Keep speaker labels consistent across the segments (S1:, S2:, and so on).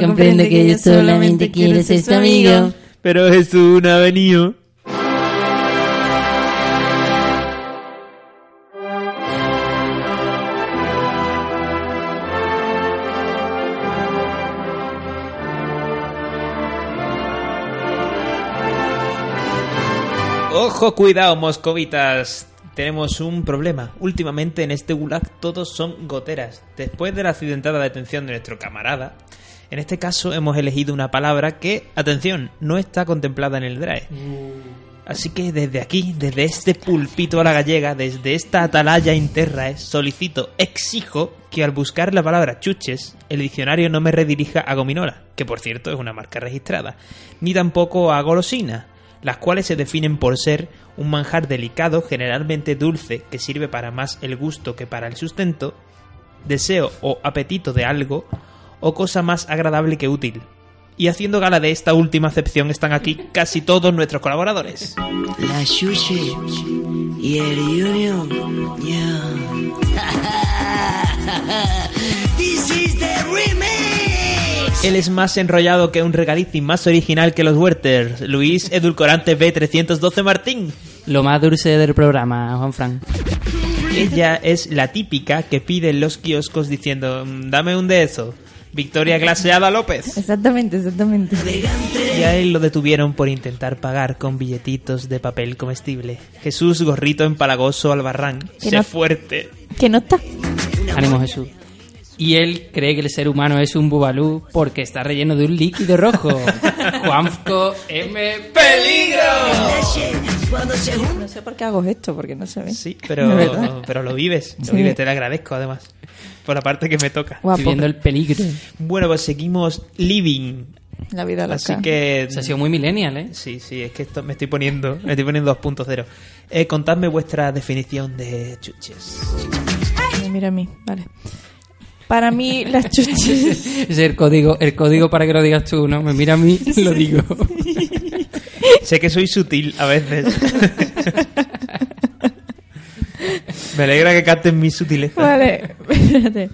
S1: comprende que ella solamente quiere ser su amigo.
S2: Pero es un avenido. Ojo, cuidado, moscovitas. Tenemos un problema. Últimamente en este gulag todos son goteras. Después de la accidentada detención de nuestro camarada, en este caso hemos elegido una palabra que, atención, no está contemplada en el DRAE. Así que desde aquí, desde este pulpito a la gallega, desde esta atalaya interrae, solicito, exijo que al buscar la palabra chuches, el diccionario no me redirija a gominola, que por cierto es una marca registrada, ni tampoco a golosina, las cuales se definen por ser un manjar delicado, generalmente dulce, que sirve para más el gusto que para el sustento, deseo o apetito de algo, o cosa más agradable que útil. Y haciendo gala de esta última acepción están aquí casi todos nuestros colaboradores.
S3: La Xuxi y el Union. Yeah. This is the remix.
S2: Él es más enrollado que un regaliz y más original que los Werthers. Luis Edulcorante B312 Martín.
S1: Lo más dulce del programa, Juan Frank.
S2: Ella es la típica que pide en los kioscos diciendo, "Mm, dame un de eso. Victoria Glaseada López.
S4: Exactamente, exactamente.
S2: Y a él lo detuvieron por intentar pagar con billetitos de papel comestible. Jesús Gorrito Empalagoso Albarrán.
S4: Que
S2: Sé
S4: no-
S2: fuerte.
S4: Que no está.
S1: Ánimo Jesús. Y él cree que el ser humano es un bubalú porque está relleno de un líquido rojo. Juanfco M. ¡Peligro!
S4: No sé por qué hago esto, porque no se ve.
S2: Sí,
S4: De verdad.
S2: pero, pero lo vives. Lo
S4: Sí.
S2: vives, te lo agradezco además. Por la parte que me toca.
S1: Estoy
S4: Guapo.
S1: viendo el peligro.
S2: Bueno, pues seguimos living.
S4: La vida loca.
S2: Así que.
S1: Se ha sido muy millennial, ¿eh?
S2: Sí, sí, es que esto me estoy poniendo. Me estoy poniendo 2.0. Eh, contadme vuestra definición de chuches.
S4: Ay, Mira a mí, vale. Para mí, las chuches.
S1: Ese es el código, el código para que lo digas tú, ¿no? Me mira a mí, lo digo.
S2: Sé que soy sutil a veces. me alegra que capten mis sutilezas.
S4: Vale, espérate.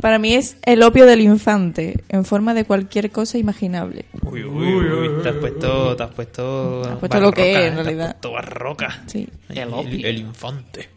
S4: Para mí es el opio del infante, en forma de cualquier cosa imaginable.
S2: Uy, uy, uy, te has puesto, te has puesto,
S4: has puesto lo que es, en
S2: barroca,
S4: realidad.
S2: Te has puesto barroca.
S4: Sí.
S2: El, el- el infante.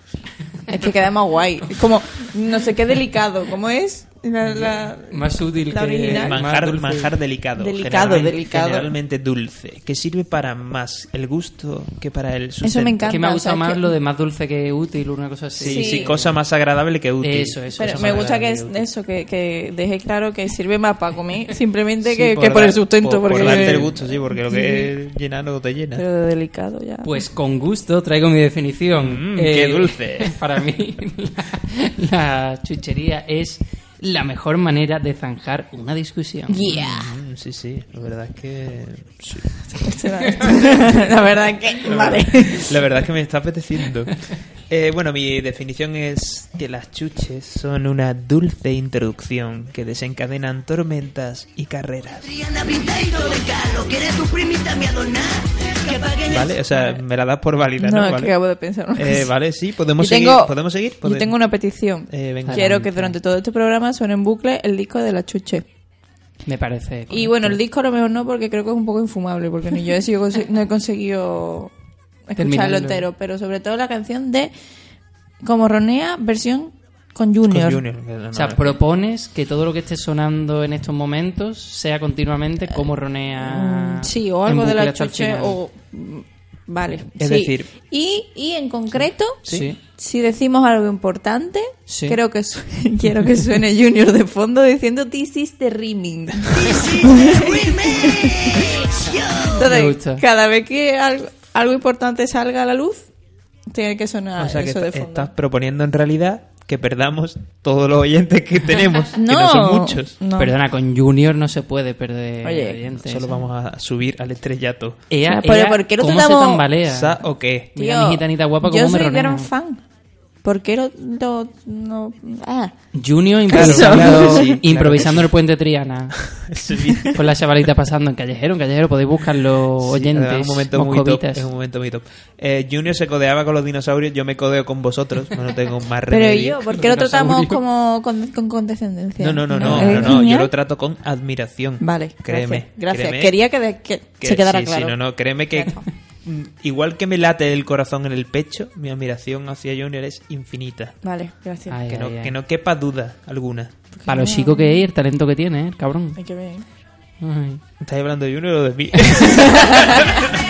S4: Es que queda más guay. Es como, no sé qué delicado. ¿Cómo es? La, la-
S1: Más útil
S4: La
S1: que...
S4: original.
S1: más
S2: Manjar,
S1: dulce.
S2: manjar delicado.
S4: Delicado,
S2: generalmente,
S4: delicado.
S2: Generalmente dulce, que sirve para más el gusto que para el sustento.
S4: Eso me encanta.
S1: Que me ha
S4: o sea,
S1: gustado
S4: es
S1: más
S4: que-
S1: lo de más dulce que útil, una cosa así.
S2: Sí, sí, cosa más agradable que útil.
S1: Eso, eso.
S4: Pero
S1: eso
S4: me
S1: es
S4: gusta que es
S1: agradable.
S4: eso, que, que deje claro que sirve más para comer, simplemente
S2: Sí,
S4: que que por, el
S2: dar-
S4: sustento.
S2: Por, por
S4: porque...
S2: darte el gusto, sí, porque lo que es llenado te llena.
S4: Pero de delicado ya.
S1: Pues con gusto traigo mi definición. Eh,
S2: Mm, qué dulce.
S1: Para mí, la, la chuchería es la mejor manera de zanjar una discusión.
S2: Mm, sí, sí, la verdad es que... sí.
S4: la verdad que... Vale.
S2: La verdad es que me está apeteciendo. Eh, bueno, mi definición es que las chuches son una dulce introducción que desencadenan tormentas y carreras. Vale, o sea, me la das por válida, ¿no?
S4: No, es
S2: vale.
S4: que acabo de pensar. una
S2: Eh,
S4: cosa.
S2: vale, sí, podemos
S4: Yo
S2: seguir.
S4: tengo-
S2: ¿Podemos seguir?
S4: Yo
S2: Pode-
S4: tengo una petición.
S2: Eh, venga.
S4: Quiero que
S2: Adelante.
S4: durante todo este programa suene en bucle el disco de la chuche.
S1: Me parece.
S4: Y bueno, el disco a lo mejor no, porque creo que es un poco infumable, porque ni yo he sido conse- no he conseguido escucharlo
S1: Terminarlo.
S4: entero, pero sobre todo la canción de Como Ronea, versión con Junior.
S2: Con Junior, que no,
S1: O sea,
S2: no.
S1: propones que todo lo que esté sonando en estos momentos sea continuamente como ronea.
S4: Eh, Mm, Sí, o
S1: Ah, en
S4: algo de
S1: bucle
S4: la
S1: hasta el
S4: chuche,
S1: final.
S4: o... mm, Vale.
S2: Es
S4: sí.
S2: decir-
S4: Y, y en concreto,
S1: Sí. Sí.
S4: si decimos algo importante,
S1: Sí.
S4: creo que su- quiero que suene Junior de fondo diciendo This is the remix.
S1: Me
S4: Entonces,
S1: gusta.
S4: cada vez que algo, algo importante salga a la luz, tiene que sonar
S2: O sea,
S4: Ah,
S2: que
S4: eso
S2: esta-
S4: de fondo.
S2: estás proponiendo en realidad que perdamos todos los oyentes que tenemos, que no son muchos.
S4: no.
S1: Perdona, con Junior no se puede perder.
S4: Oye,
S1: oyentes. ¿eh?
S2: Solo vamos a subir al estrellato.
S1: Ea,
S4: O sea, pero
S1: ea,
S4: ¿por qué no te
S1: ¿cómo
S4: damos-
S1: se tambalea?
S2: ¿Sa o qué?
S1: Mira mi gitanita guapa
S4: yo
S1: cómo me
S4: soy
S1: ronea.
S4: gran fan. ¿Por qué no, no, ah, no- ah,
S1: Junior improvisando,
S2: claro que sí, claro
S1: improvisando en el puente Triana.
S2: Sí.
S1: Con la chavalita pasando en callejero, en callejero, podéis buscar los
S2: Sí, además,
S1: oyentes.
S2: es un momento muy top,
S1: moscovitas.
S2: es un momento muy top. Eh, Junior se codeaba con los dinosaurios, yo me codeo con vosotros, no tengo más
S4: Pero
S2: remedio.
S4: yo, ¿por qué lo tratamos
S1: dinosaurio.
S4: como con, con condescendencia?
S2: No, no, no, no,
S4: ¿Es
S2: no, no, yo
S4: genial?
S2: lo trato con admiración.
S4: ¿eh? Vale,
S2: créeme.
S4: gracias. gracias.
S2: créeme
S4: Quería que, de- que
S2: que-
S4: se quedara
S2: sí, sí,
S4: claro.
S2: no, no, créeme que
S4: Claro.
S2: mm, igual que me late el corazón en el pecho, mi admiración hacia Junior es infinita.
S4: Vale, gracias.
S1: Ay,
S2: Que no,
S1: ay, ay.
S2: que no quepa duda alguna.
S1: Para lo chico que es, el talento que tiene, ¿eh? el cabrón.
S4: Ay, qué bien.
S1: Ay.
S2: ¿Estás hablando de Junior o de mí?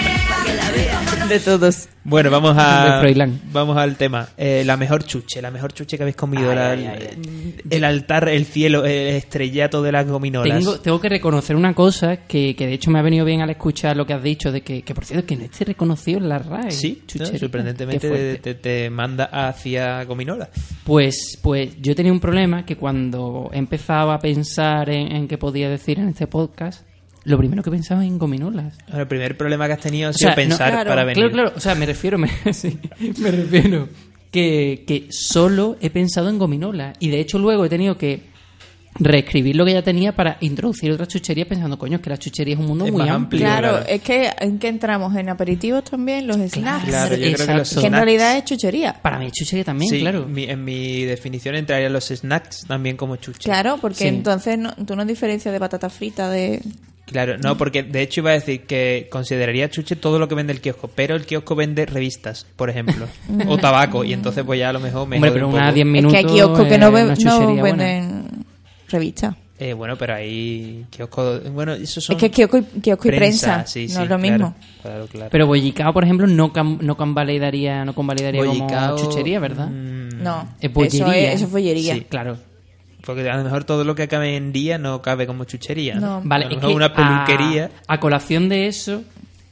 S4: De todos.
S2: Bueno, vamos a
S1: De Froilán.
S2: vamos al tema. Eh, la mejor chuche, la mejor chuche que habéis comido. la- El altar, el cielo, el estrellato de las gominolas.
S1: Tengo, tengo que reconocer una cosa que, que de hecho me ha venido bien al escuchar lo que has dicho, de que, que por cierto que no esté reconocido en la RAE.
S2: Sí, ¿no?
S1: Chuchería. Qué
S2: sorprendentemente
S1: fuerte.
S2: te, te- te manda hacia gominolas.
S1: Pues, pues yo tenía un problema que cuando empezaba a pensar en, en qué podía decir en este podcast, lo primero que pensaba en gominolas.
S2: Bueno, el primer problema que has tenido ha
S1: O
S2: sido
S1: sea, no,
S2: pensar
S4: claro,
S2: para venir.
S1: Claro, claro, o sea, me refiero, me, sí, me refiero que, que solo he pensado en gominolas y de hecho luego he tenido que reescribir lo que ya tenía para introducir otra chuchería pensando, coño, es que la chuchería es un mundo
S2: Es
S1: muy
S2: más
S1: amplio.
S4: Claro,
S2: claro.
S4: es que en que entramos en aperitivos también, los snacks.
S2: Claro, yo creo que los
S1: Exacto.
S4: que en
S2: snacks-
S4: realidad es chuchería.
S1: Para mí chuchería también,
S2: Sí,
S1: claro.
S2: mi- en mi definición entrarían los snacks también como chuche.
S4: Claro, porque
S1: Sí.
S4: entonces no- tú no diferencias de patata frita, de...
S2: Claro, no, porque de hecho iba a decir que consideraría chuche todo lo que vende el kiosco, pero el kiosco vende revistas, por ejemplo, o tabaco, y entonces pues ya a lo mejor me
S1: Hombre,
S2: jode
S1: pero
S2: un
S1: una
S2: poco.
S1: 10
S4: es
S1: minutos.
S4: que hay kioscos que
S1: eh,
S4: no, ve-
S1: una
S4: no
S1: chuchería buena.
S4: venden revistas.
S2: Eh, bueno, pero ahí kiosco, bueno, eso son
S4: Es que kiosco y, kiosco y prensa,
S2: sí,
S4: no
S2: sí,
S4: es lo
S2: claro,
S4: mismo.
S2: Claro, claro.
S1: Pero Bollicao, por ejemplo, no, cam- no convalidaría, no convalidaría
S2: Bollicao,
S1: como chuchería, ¿verdad?
S2: mm,
S4: No,
S1: Es
S4: eso
S1: bollería.
S4: es, eso es bollería.
S1: Sí, claro.
S2: Porque a lo mejor todo lo que cabe en día no cabe como chuchería.
S4: No.
S1: Vale,
S2: a lo
S1: es
S2: mejor
S1: que
S2: una peluquería.
S1: A, a colación de eso,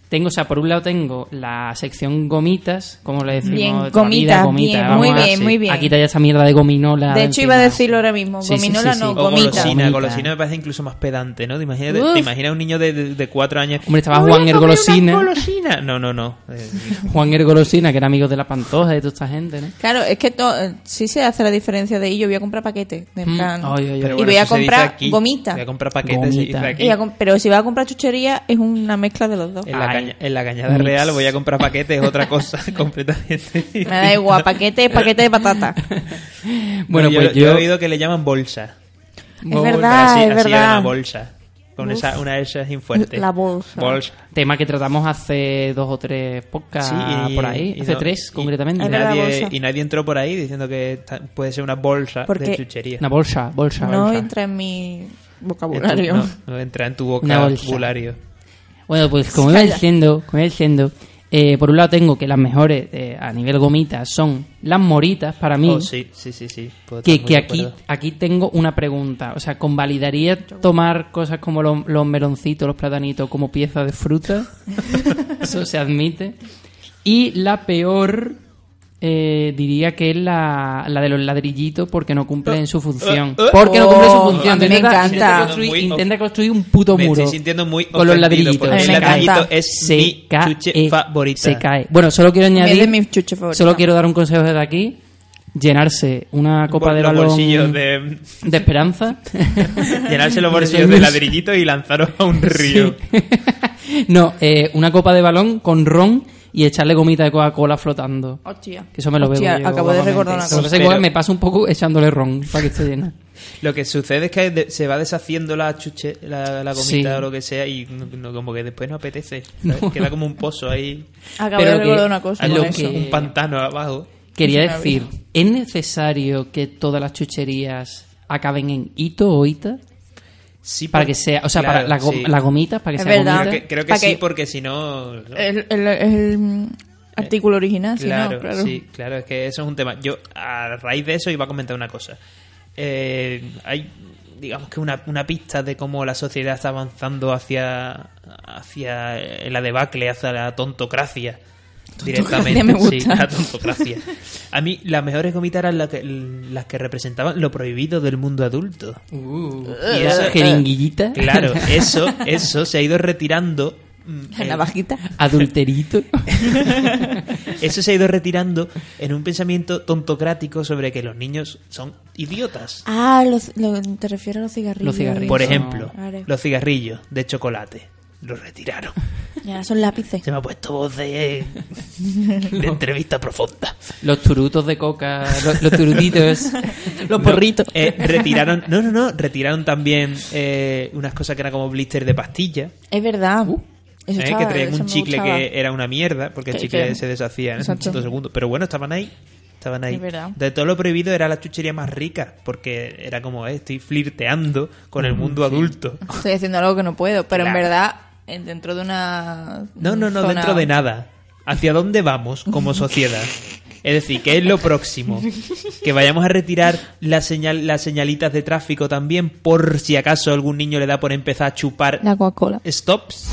S1: tengo, o sea, por un lado tengo la sección gomitas, como le decimos.
S4: Bien,
S1: de toda la
S4: gomitas,
S1: vida, gomitas,
S4: bien,
S1: vamos
S4: muy
S1: a-
S4: bien, muy bien.
S1: A quitar ya esa mierda de gominola.
S4: De hecho,
S1: encima.
S4: iba a decirlo ahora mismo.
S1: Sí, sí,
S4: Gominola
S1: sí, sí.
S4: no,
S1: O
S2: O
S4: gomita.
S2: golosina,
S1: Gomita.
S2: golosina me parece incluso más pedante, ¿no? Te imaginas,
S4: Uf.
S2: te imaginas un niño de, de, de cuatro años.
S1: Hombre, estaba
S2: "Me voy a
S1: Juan el
S2: comer una
S1: golosina".
S2: golosina. No, no, no. Eh,
S1: Juan Ergolosina, que era amigo de la Pantoja y de toda esta gente, ¿no?
S4: Claro, es que to- sí se hace la diferencia de, y yo voy a comprar paquete. de en
S1: Mm,
S4: plan-
S1: ay, ay,
S2: pero
S1: ay. Y
S2: bueno,
S4: voy a
S2: eso se dice
S4: comprar
S2: aquí.
S4: gomita.
S2: Voy a comprar paquetes. se dice
S1: Gomita.
S2: aquí.
S4: Y a com- pero si vas a comprar chuchería, es una mezcla de los dos.
S2: En la,
S1: Ay.
S2: caña- en la cañada
S1: Mix.
S2: real voy a comprar paquetes, es otra cosa completamente.
S4: Me da igual, paquete, paquete de patata.
S1: Bueno,
S2: yo,
S1: pues
S2: yo he
S1: yo.
S2: oído que le llaman bolsa.
S4: es verdad,
S2: así,
S4: es
S2: así llama
S4: verdad.
S2: bolsa. Con esa, una de esas bien fuerte.
S4: La bolsa.
S2: Bolsa.
S1: Tema que tratamos hace dos o tres podcasts
S2: Sí, y-
S1: Ah, por ahí,
S2: y
S1: hace
S2: no-
S1: tres
S2: y-
S1: concretamente.
S2: Y
S4: Es verdad,
S2: nadie,
S4: bolsa.
S2: y nadie entró por ahí diciendo que ta- puede ser una bolsa de
S4: Porque-
S2: chuchería.
S1: Una bolsa, bolsa.
S4: No
S1: bolsa.
S4: entra en mi
S2: En tu-
S4: vocabulario.
S2: No, no entra en tu
S1: Una bolsa.
S2: vocabulario.
S1: Bueno, pues como iba
S4: Calla.
S1: diciendo, como iba diciendo eh, por un lado tengo que las mejores eh, a nivel gomitas son las moritas para mí.
S2: Oh, sí, sí, sí, sí. Puedo
S1: Que,
S2: estar muy
S1: que
S2: de
S1: aquí,
S2: acuerdo.
S1: aquí tengo una pregunta. O sea, ¿convalidaría tomar cosas como los, los meloncitos, los platanitos, como pieza de fruta? Eso se admite. Y la peor, eh, diría que es la, la de los ladrillitos porque no cumplen
S2: Uh,
S1: su función. Porque no cumplen su
S4: Oh,
S1: función.
S4: a mí me
S1: Intenta-
S4: encanta.
S1: Intenta construir,
S2: Muy of-
S1: intenta construir un puto
S2: Me
S1: muro
S2: estoy sintiendo muy
S1: con los
S2: ofendido,
S1: ladrillitos.
S2: porque
S4: A mí
S2: el
S4: me encanta.
S2: ladrillito es
S1: Se
S2: mi
S1: cae- eh,
S2: chuche favorita.
S1: Se cae. Bueno, solo quiero
S4: Es
S1: añadir.
S4: de mis chuches favoritas.
S1: Solo quiero dar un consejo desde aquí. Llenarse una copa
S2: Por
S1: de
S2: los
S1: balón
S2: bolsillos de...
S1: de esperanza.
S2: Llenarse los
S1: De
S2: bolsillos de
S1: sueños.
S2: ladrillito y lanzaros a un río.
S1: Sí. no, eh, una copa de balón con ron y echarle gomita de Coca-Cola flotando.
S4: Hostia.
S1: Que eso me lo veo.
S4: Hostia, acabo de recordar una cosa.
S2: Pero-
S1: me pasa un poco echándole ron para que esté llena.
S2: Lo que sucede es que de- se va deshaciendo la chuche, la, la
S1: Sí.
S2: gomita o lo que sea, y no- no- como que después no apetece.
S1: No.
S2: ¿sabes? Queda como un pozo ahí,
S4: Acabo
S1: Pero
S4: de
S1: que-
S4: recordar una cosa.
S1: lo
S4: con
S1: que-
S4: eso.
S2: un pantano abajo.
S1: Quería
S4: Es una
S1: decir, ¿es necesario que todas las chucherías acaben en hito o ita?
S2: Sí,
S1: Para
S2: por-
S1: que sea, o sea, para
S2: claro,
S1: las go-
S2: sí.
S1: las gomitas, para que
S4: Es
S1: sea
S4: verdad.
S1: gomita.
S2: Creo que, creo que
S4: Pa'
S2: sí,
S4: que-
S2: porque si no... no.
S4: El, el- el, mm, artículo original, si Ah, no,
S2: claro,
S4: claro.
S2: sí, claro, es que eso es un tema. Yo, a raíz de eso, iba a comentar una cosa. Eh, hay, digamos que una, una pista de cómo la sociedad está avanzando hacia, hacia la debacle, hacia la tontocracia. Directamente,
S4: me gusta.
S2: sí, la tontocracia. A mí, las mejores gomitas eran las que, las que representaban lo prohibido del mundo adulto.
S1: Uh,
S2: Y
S1: y
S2: eso-
S1: esa jeringuillita.
S2: Claro, eso, eso se ha ido retirando mm, eh,
S4: La navajita.
S1: Adulterito.
S2: Eso se ha ido retirando en un pensamiento tontocrático sobre que los niños son idiotas.
S4: Ah, los, lo- te refieres a los cigarrillos.
S1: Los cigarrillos.
S2: Por
S1: Eso no.
S2: ejemplo,
S4: Vale.
S2: los cigarrillos de chocolate. Los retiraron.
S4: Ya, son lápices.
S2: Se me ha puesto voz de, de entrevista profunda.
S1: Los turutos de coca, los, los turutitos.
S4: Los porritos.
S2: Eh, retiraron, no, no, no, retiraron también eh, unas cosas que eran como blister de pastilla,
S4: Es verdad. Eso
S2: eh,
S4: estaba-
S2: que traían
S4: eso
S2: un
S4: me
S2: chicle
S4: gustaba.
S2: que eh, era una mierda, porque el
S4: Que-
S2: chicle
S4: que-
S2: se deshacía en
S4: Exacto.
S2: 5 segundos. Pero bueno, estaban ahí. Estaban ahí.
S4: Es verdad.
S2: De todo lo prohibido era la chuchería más rica, porque era como, eh, estoy flirteando con
S4: Mm,
S2: el mundo adulto.
S4: Estoy haciendo algo que no puedo, pero
S2: Claro.
S4: en verdad, en- dentro de una.
S2: No, no, no,
S4: zona-
S2: dentro de nada. ¿Hacia dónde vamos como sociedad? Es decir, ¿qué es lo próximo? Que vayamos a retirar la señal, las señalitas de tráfico también por si acaso algún niño le da por empezar a chupar
S4: La Coca-Cola.
S2: stops.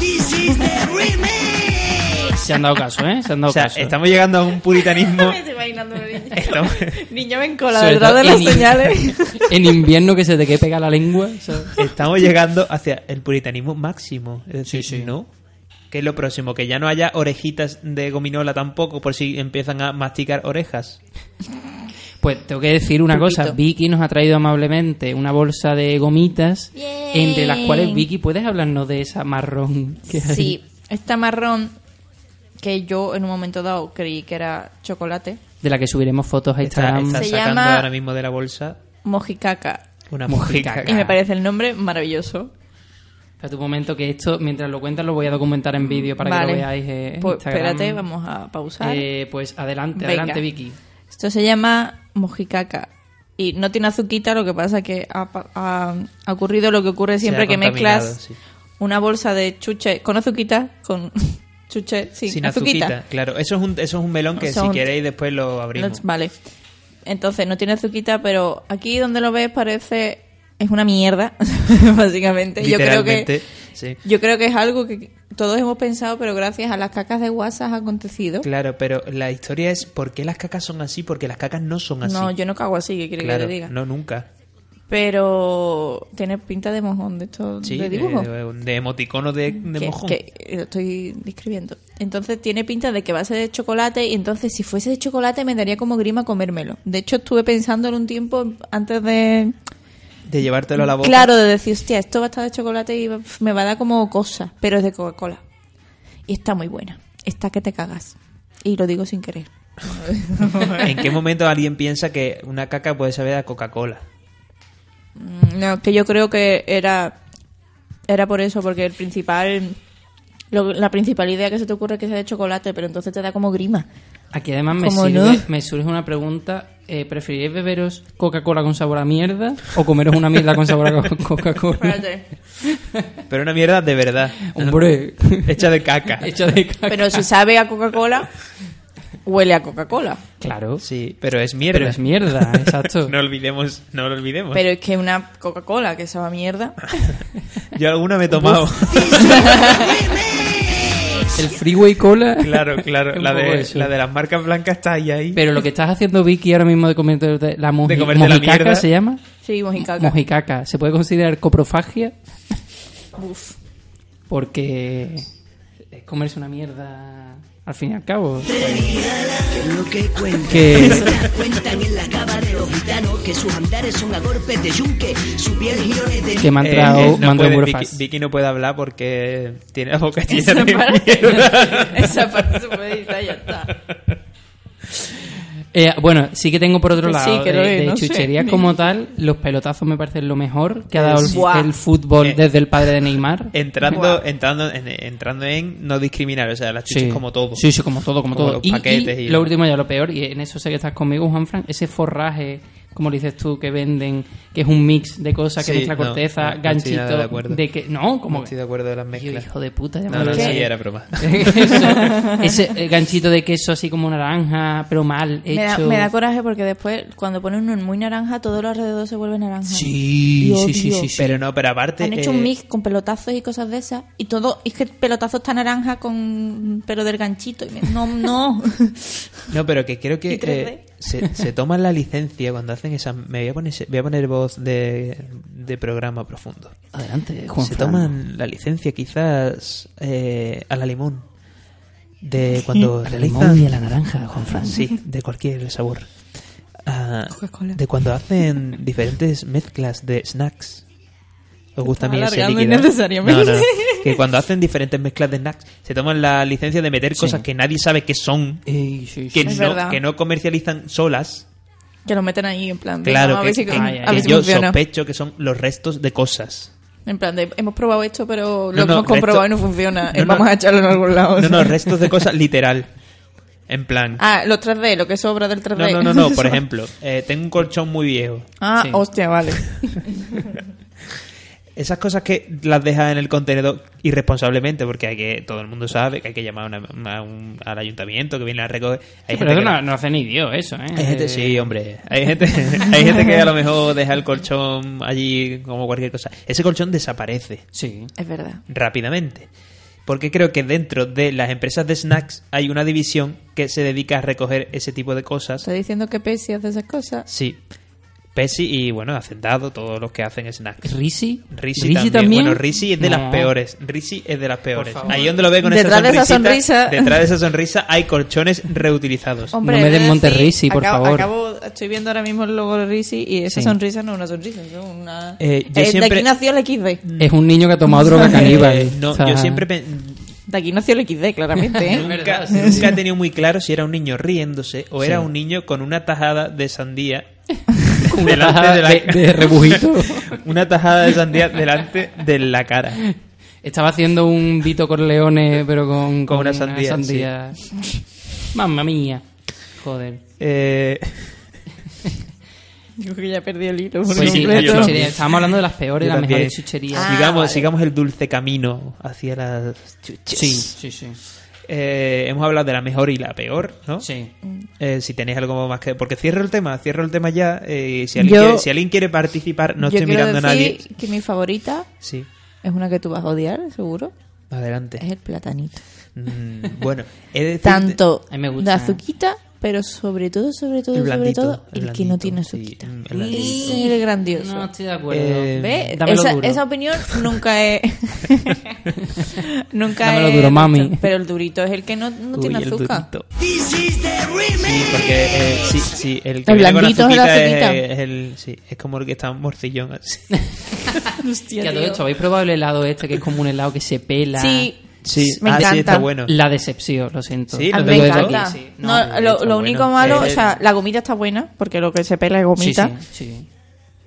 S1: Se han dado caso, ¿eh? Se han dado
S2: o sea,
S1: caso.
S2: estamos llegando a un puritanismo.
S4: estoy imaginando niño.
S2: Estamos-
S4: Niño en cola,
S1: Sobre
S4: detrás
S1: todo
S4: de las
S1: en in-
S4: señales.
S1: En invierno que se te quede pega la lengua. ¿sabes?
S2: Estamos llegando hacia el puritanismo máximo. Es decir,
S1: Sí, sí.
S2: ¿no? ¿Qué es lo próximo? Que ya no haya orejitas de gominola tampoco por si empiezan a masticar orejas.
S1: Pues tengo que decir una
S4: Pulpito.
S1: cosa. Vicky nos ha traído amablemente una bolsa de gomitas. Entre las cuales, Vicky, ¿puedes hablarnos de esa marrón que hay?
S4: Sí, esta marrón que yo en un momento dado creí que era chocolate,
S1: De la que subiremos fotos a
S2: Está,
S1: Instagram.
S2: está
S4: Se
S2: sacando
S4: llama-
S2: ahora mismo de la bolsa
S4: mojicaca.
S2: una
S1: Mojicaca.
S2: mojica.
S4: Y me parece el nombre maravilloso.
S1: Espérate un momento que esto, mientras lo cuentas, lo voy a documentar en vídeo para que
S4: Vale.
S1: lo veáis eh, en
S4: Pues,
S1: Instagram.
S4: espérate, vamos a pausar.
S1: Eh, pues adelante,
S4: Venga.
S1: adelante, Vicky.
S4: Esto se llama mojicaca. Y no tiene azuquita, lo que pasa que ha, pa- ha- ha ocurrido lo que ocurre siempre
S2: ha
S4: que
S2: contaminado,
S4: mezclas
S2: sí.
S4: una bolsa de chuche con azuquita, con chuche sin,
S2: Sin
S4: azuquita.
S2: azuquita. Claro, eso es un, eso es un melón que
S4: Eso
S2: si
S4: es un-
S2: queréis después lo abrimos.
S4: No- vale. Entonces, no tiene azuquita, pero aquí donde lo ves parece... Es una mierda, básicamente. Yo creo
S2: Literalmente.
S4: que...
S2: sí.
S4: Yo creo que es algo que todos hemos pensado, pero gracias a las cacas de WhatsApp ha acontecido.
S2: Claro, pero la historia es por qué las cacas son así, porque las cacas no son así.
S4: No, yo no cago así, que quiere
S2: Claro,
S4: que te diga.
S2: No, nunca.
S4: Pero tiene pinta de mojón de esto
S2: Sí,
S4: de dibujo.
S2: eh, de, emoticono de, de
S4: que,
S2: mojón.
S4: que lo estoy describiendo. Entonces tiene pinta de que va a ser de chocolate y entonces si fuese de chocolate me daría como grima comérmelo. De hecho estuve pensando en un tiempo antes de...
S2: De llevártelo a la boca.
S4: Claro, de decir, hostia, esto va a estar de chocolate y va- me va a dar como cosa, pero es de Coca-Cola. Y está muy buena. Está que te cagas. Y lo digo sin querer.
S2: ¿En qué momento alguien piensa que una caca puede saber a Coca-Cola?
S4: Mm, No, que yo creo que era era por eso, porque el principal lo- la principal idea que se te ocurre es que sea de chocolate, pero entonces te da como grima.
S1: Aquí además me,
S4: ¿Cómo
S1: sirve-
S4: no?
S1: me surge una pregunta. Eh, ¿Preferiréis beberos Coca-Cola con sabor a mierda o comeros una mierda con sabor a co- Coca-Cola?
S2: Pero una mierda de verdad.
S1: Hombre,
S2: Hecha de caca.
S1: hecha de caca.
S4: Pero si sabe a Coca-Cola, huele a Coca-Cola.
S1: Claro,
S2: Sí, pero es mierda.
S1: pero es mierda, exacto.
S2: No olvidemos, no lo olvidemos.
S4: Pero es que una Coca-Cola que sabe a mierda.
S2: Yo alguna me he tomado.
S1: El freeway cola.
S2: Claro, claro.
S1: Un
S2: La
S1: poco
S2: de,
S1: eso.
S2: la de las marcas blancas está ahí, ahí.
S1: Pero lo que estás haciendo, Vicky, ahora mismo de comerte la moji-
S2: De comerte la
S1: mojicaca,
S2: mierda.
S1: ¿se llama?
S4: Sí, mojicaca.
S1: Mojicaca. ¿Se puede considerar coprofagia?
S4: Uf.
S1: Porque es comerse una mierda al fin y al cabo.
S3: Que es lo que cuenta.
S1: Que-
S3: Las cuentan en la cava de los gitanos, que sus andares son a golpes de yunque, su piel giones de...
S1: Que me ha
S2: Eh,
S1: entrado,
S2: eh, no
S1: me ha entrado
S2: puede-
S1: muy
S2: Vicky,
S1: fast.
S2: Vicky no puede hablar porque tiene la boca llena
S4: Esa
S2: de
S4: parte,
S2: mierda.
S4: esa parte se puede editar y ya está.
S1: Eh, bueno, sí que tengo por otro
S4: Que sí,
S1: lado,
S4: que
S1: de,
S4: lo es,
S1: de
S4: no sé. Eh,
S1: chucherías como tal, los pelotazos me parecen lo mejor que ha dado el,
S4: Buah.
S1: el fútbol
S2: Eh.
S1: desde el padre de Neymar.
S2: Entrando, entrando, en, entrando en no discriminar, o sea, las chuches como todo.
S1: Sí, sí, como todo, como,
S2: Como
S1: todo.
S2: los
S1: Y,
S2: paquetes
S1: y
S2: y-
S1: lo último ya lo peor, y en eso sé que estás conmigo, Juanfran, ese forraje, como dices tú, que venden, que es un mix de cosas, que
S2: Sí,
S1: mezcla
S2: no,
S1: corteza,
S2: no, no
S1: ganchito,
S2: estoy nada de acuerdo.
S1: que... No, como
S2: No estoy de acuerdo de las mezclas.
S1: Hijo de puta, ya me
S2: No, no,
S1: lo
S2: sí,
S1: sé.
S2: era broma.
S1: Eso, ese eh, ganchito de queso así como naranja, pero mal hecho.
S4: Me da, me da coraje porque después, cuando ponen uno muy naranja, todo lo alrededor se vuelve naranja.
S1: Sí,
S4: Dios,
S1: sí, sí,
S4: Dios.
S1: sí, sí.
S2: Pero no, pero aparte.
S4: Han hecho
S2: eh,
S4: un mix con pelotazos y cosas de esas. Y todo, es que el pelotazo está naranja con pelo del ganchito. Y me- no, no.
S2: No, pero que creo que
S4: Y 3D.
S2: eh, se, se toman la licencia cuando hacen esas. Me voy a poner, voy a poner voz de, de programa profundo.
S1: Adelante, Juan.
S2: se toman la licencia quizás eh, a la limón de cuando
S1: el limón y a
S2: realizan
S1: la naranja, Juan Fran.
S2: sí de cualquier sabor Ah,
S4: Coca-Cola.
S2: de cuando hacen diferentes mezclas de snacks os gusta a mí
S4: Estaba
S2: ese
S4: alargando
S2: líquido ¿eh?
S4: innecesariamente.
S2: No, no, no. que cuando hacen diferentes mezclas de snacks se toman la licencia de meter cosas que nadie sabe que son
S1: Ey, sí, sí.
S2: que
S4: Es
S2: no,
S4: verdad.
S2: que no comercializan solas
S4: Que lo meten ahí en plan. venga,
S2: claro
S4: a
S2: que,
S4: ver si,
S2: que-
S4: a
S1: ay,
S4: ver
S1: ay.
S2: que
S4: si
S2: yo
S4: funciona.
S2: sospecho que son los restos de cosas
S4: En plan, de, hemos probado esto, pero
S2: No,
S4: lo
S2: no,
S4: hemos comprobado
S2: resto-
S4: y no funciona.
S2: No,
S4: Eh,
S2: no.
S4: Vamos a echarlo en algún lado.
S2: no no
S4: ¿sabes?
S2: restos de cosas literal en plan
S4: Ah, los 3D, lo que sobra del 3D.
S2: No, no, no, no. Por ejemplo, eh, tengo un colchón muy viejo.
S4: Ah,
S1: Sí.
S4: hostia, vale.
S2: Esas cosas que las dejas en el contenedor irresponsablemente, porque hay que, todo el mundo sabe que hay que llamar a una- una- un- al ayuntamiento que viene a recoger. Hay
S1: Pero eso
S2: que-
S1: no, no hace ni Dios eso, ¿eh?
S2: hay gente- este, sí, hombre. Hay gente, hay gente que a lo mejor deja el colchón allí como cualquier cosa. Ese colchón desaparece
S1: Sí.
S4: Es verdad.
S2: rápidamente. Porque creo que dentro de las empresas de snacks hay una división que se dedica a recoger ese tipo de cosas.
S4: Está diciendo que Pepsi hace esas cosas.
S2: Sí. Pepsi y, bueno, Hacendado, todos los que hacen snacks.
S1: ¿Risi?
S2: Risi también. Bueno, Risi es de
S1: No.
S2: las peores. Risi es de las peores.
S1: favor.
S2: Ahí donde lo ve con
S4: Detrás de
S2: esa
S4: esa
S2: sonrisita,
S4: sonrisa.
S2: Detrás de esa sonrisa hay colchones reutilizados.
S1: No me
S4: he de
S1: des Monte
S4: decir,
S1: Risi, por
S4: acabo-
S1: favor.
S4: acabo- estoy viendo ahora mismo el logo de Risi y esa
S1: Sí.
S4: sonrisa no es una sonrisa, es una...
S2: Eh, yo siempre-
S4: De aquí nació el XD.
S1: Es un niño que ha tomado droga caníbal.
S2: Eh, no,
S1: O sea,
S2: yo siempre pe-
S4: De aquí nació el XD, claramente, ¿eh?
S2: nunca, nunca he tenido muy claro si era un niño riéndose o era un niño con una tajada de sandía
S1: una
S2: delante de la
S1: de, de rebujito.
S2: una tajada de sandía delante de la cara.
S1: Estaba haciendo un Vito Corleone, pero con,
S2: Con una sandía,
S1: sandía. Mamma mía. Joder.
S2: Eh,
S4: Yo creo que ya perdí el hilo.
S1: Pues
S4: por
S1: sí,
S4: completo.
S1: la chuchería. Estábamos hablando de las peores,
S2: yo
S1: las
S2: también.
S1: mejores chucherías.
S4: Ah,
S2: sigamos,
S4: vale.
S2: sigamos el dulce camino hacia las chuches.
S1: Sí, sí, sí.
S2: Eh, hemos hablado de la mejor y la peor, ¿no?
S1: Sí.
S2: Eh, si tenéis algo más que... Porque cierro el tema, cierro el tema ya. eh, y si, alguien
S4: Yo-
S2: quiere, si alguien quiere participar, no
S4: Yo
S2: estoy
S4: quiero
S2: mirando a nadie.
S4: decir que mi favorita
S2: Sí,
S4: es una que tú vas a odiar, seguro. Es
S2: adelante.
S4: el platanito.
S2: Mm, bueno, he de decirte-
S4: Tanto
S1: A mí me gusta.
S4: de azuquita, pero sobre todo, sobre todo,
S2: El blandito,
S4: sobre todo,
S2: el
S4: el, que no
S2: blandito,
S4: tiene
S2: sí,
S4: azuquita.
S2: mm, el blandito.
S4: Ese es el grandioso.
S1: No estoy de acuerdo.
S2: Eh,
S4: ¿Ves?
S1: Dámelo
S4: Esa,
S1: duro.
S4: esa opinión nunca es. nunca
S1: Dámelo
S4: es.
S1: duro, mami.
S4: Pero el durito es el que no, no
S2: Uy,
S4: tiene
S2: el
S4: azúcar.
S2: durito.
S3: This is the remix.
S2: Sí, porque eh, sí, sí, el que
S4: El
S2: viene con
S4: blandito es la
S2: azuquita es,
S4: azuquita.
S2: es el... Sí, es como el que está morcillón ah, así.
S4: Hostia,
S1: Que a todo
S4: tío.
S1: esto, ¿habéis probado el helado este que es como un helado que se pela?
S4: Sí.
S2: Sí,
S4: me
S2: ah,
S4: encanta.
S2: sí, está bueno.
S1: La decepción, lo siento.
S2: Sí,
S4: A
S2: lo
S4: mí
S2: tengo
S4: Ah, me
S2: hecho
S4: encanta.
S2: aquí,
S1: Ah, sí.
S4: No,
S1: No,
S4: lo,
S2: está
S4: lo
S2: bueno.
S4: único malo,
S2: Eh,
S4: o sea, la gomita está buena, porque lo que se pela es
S1: Sí,
S4: gomita.
S1: sí, sí.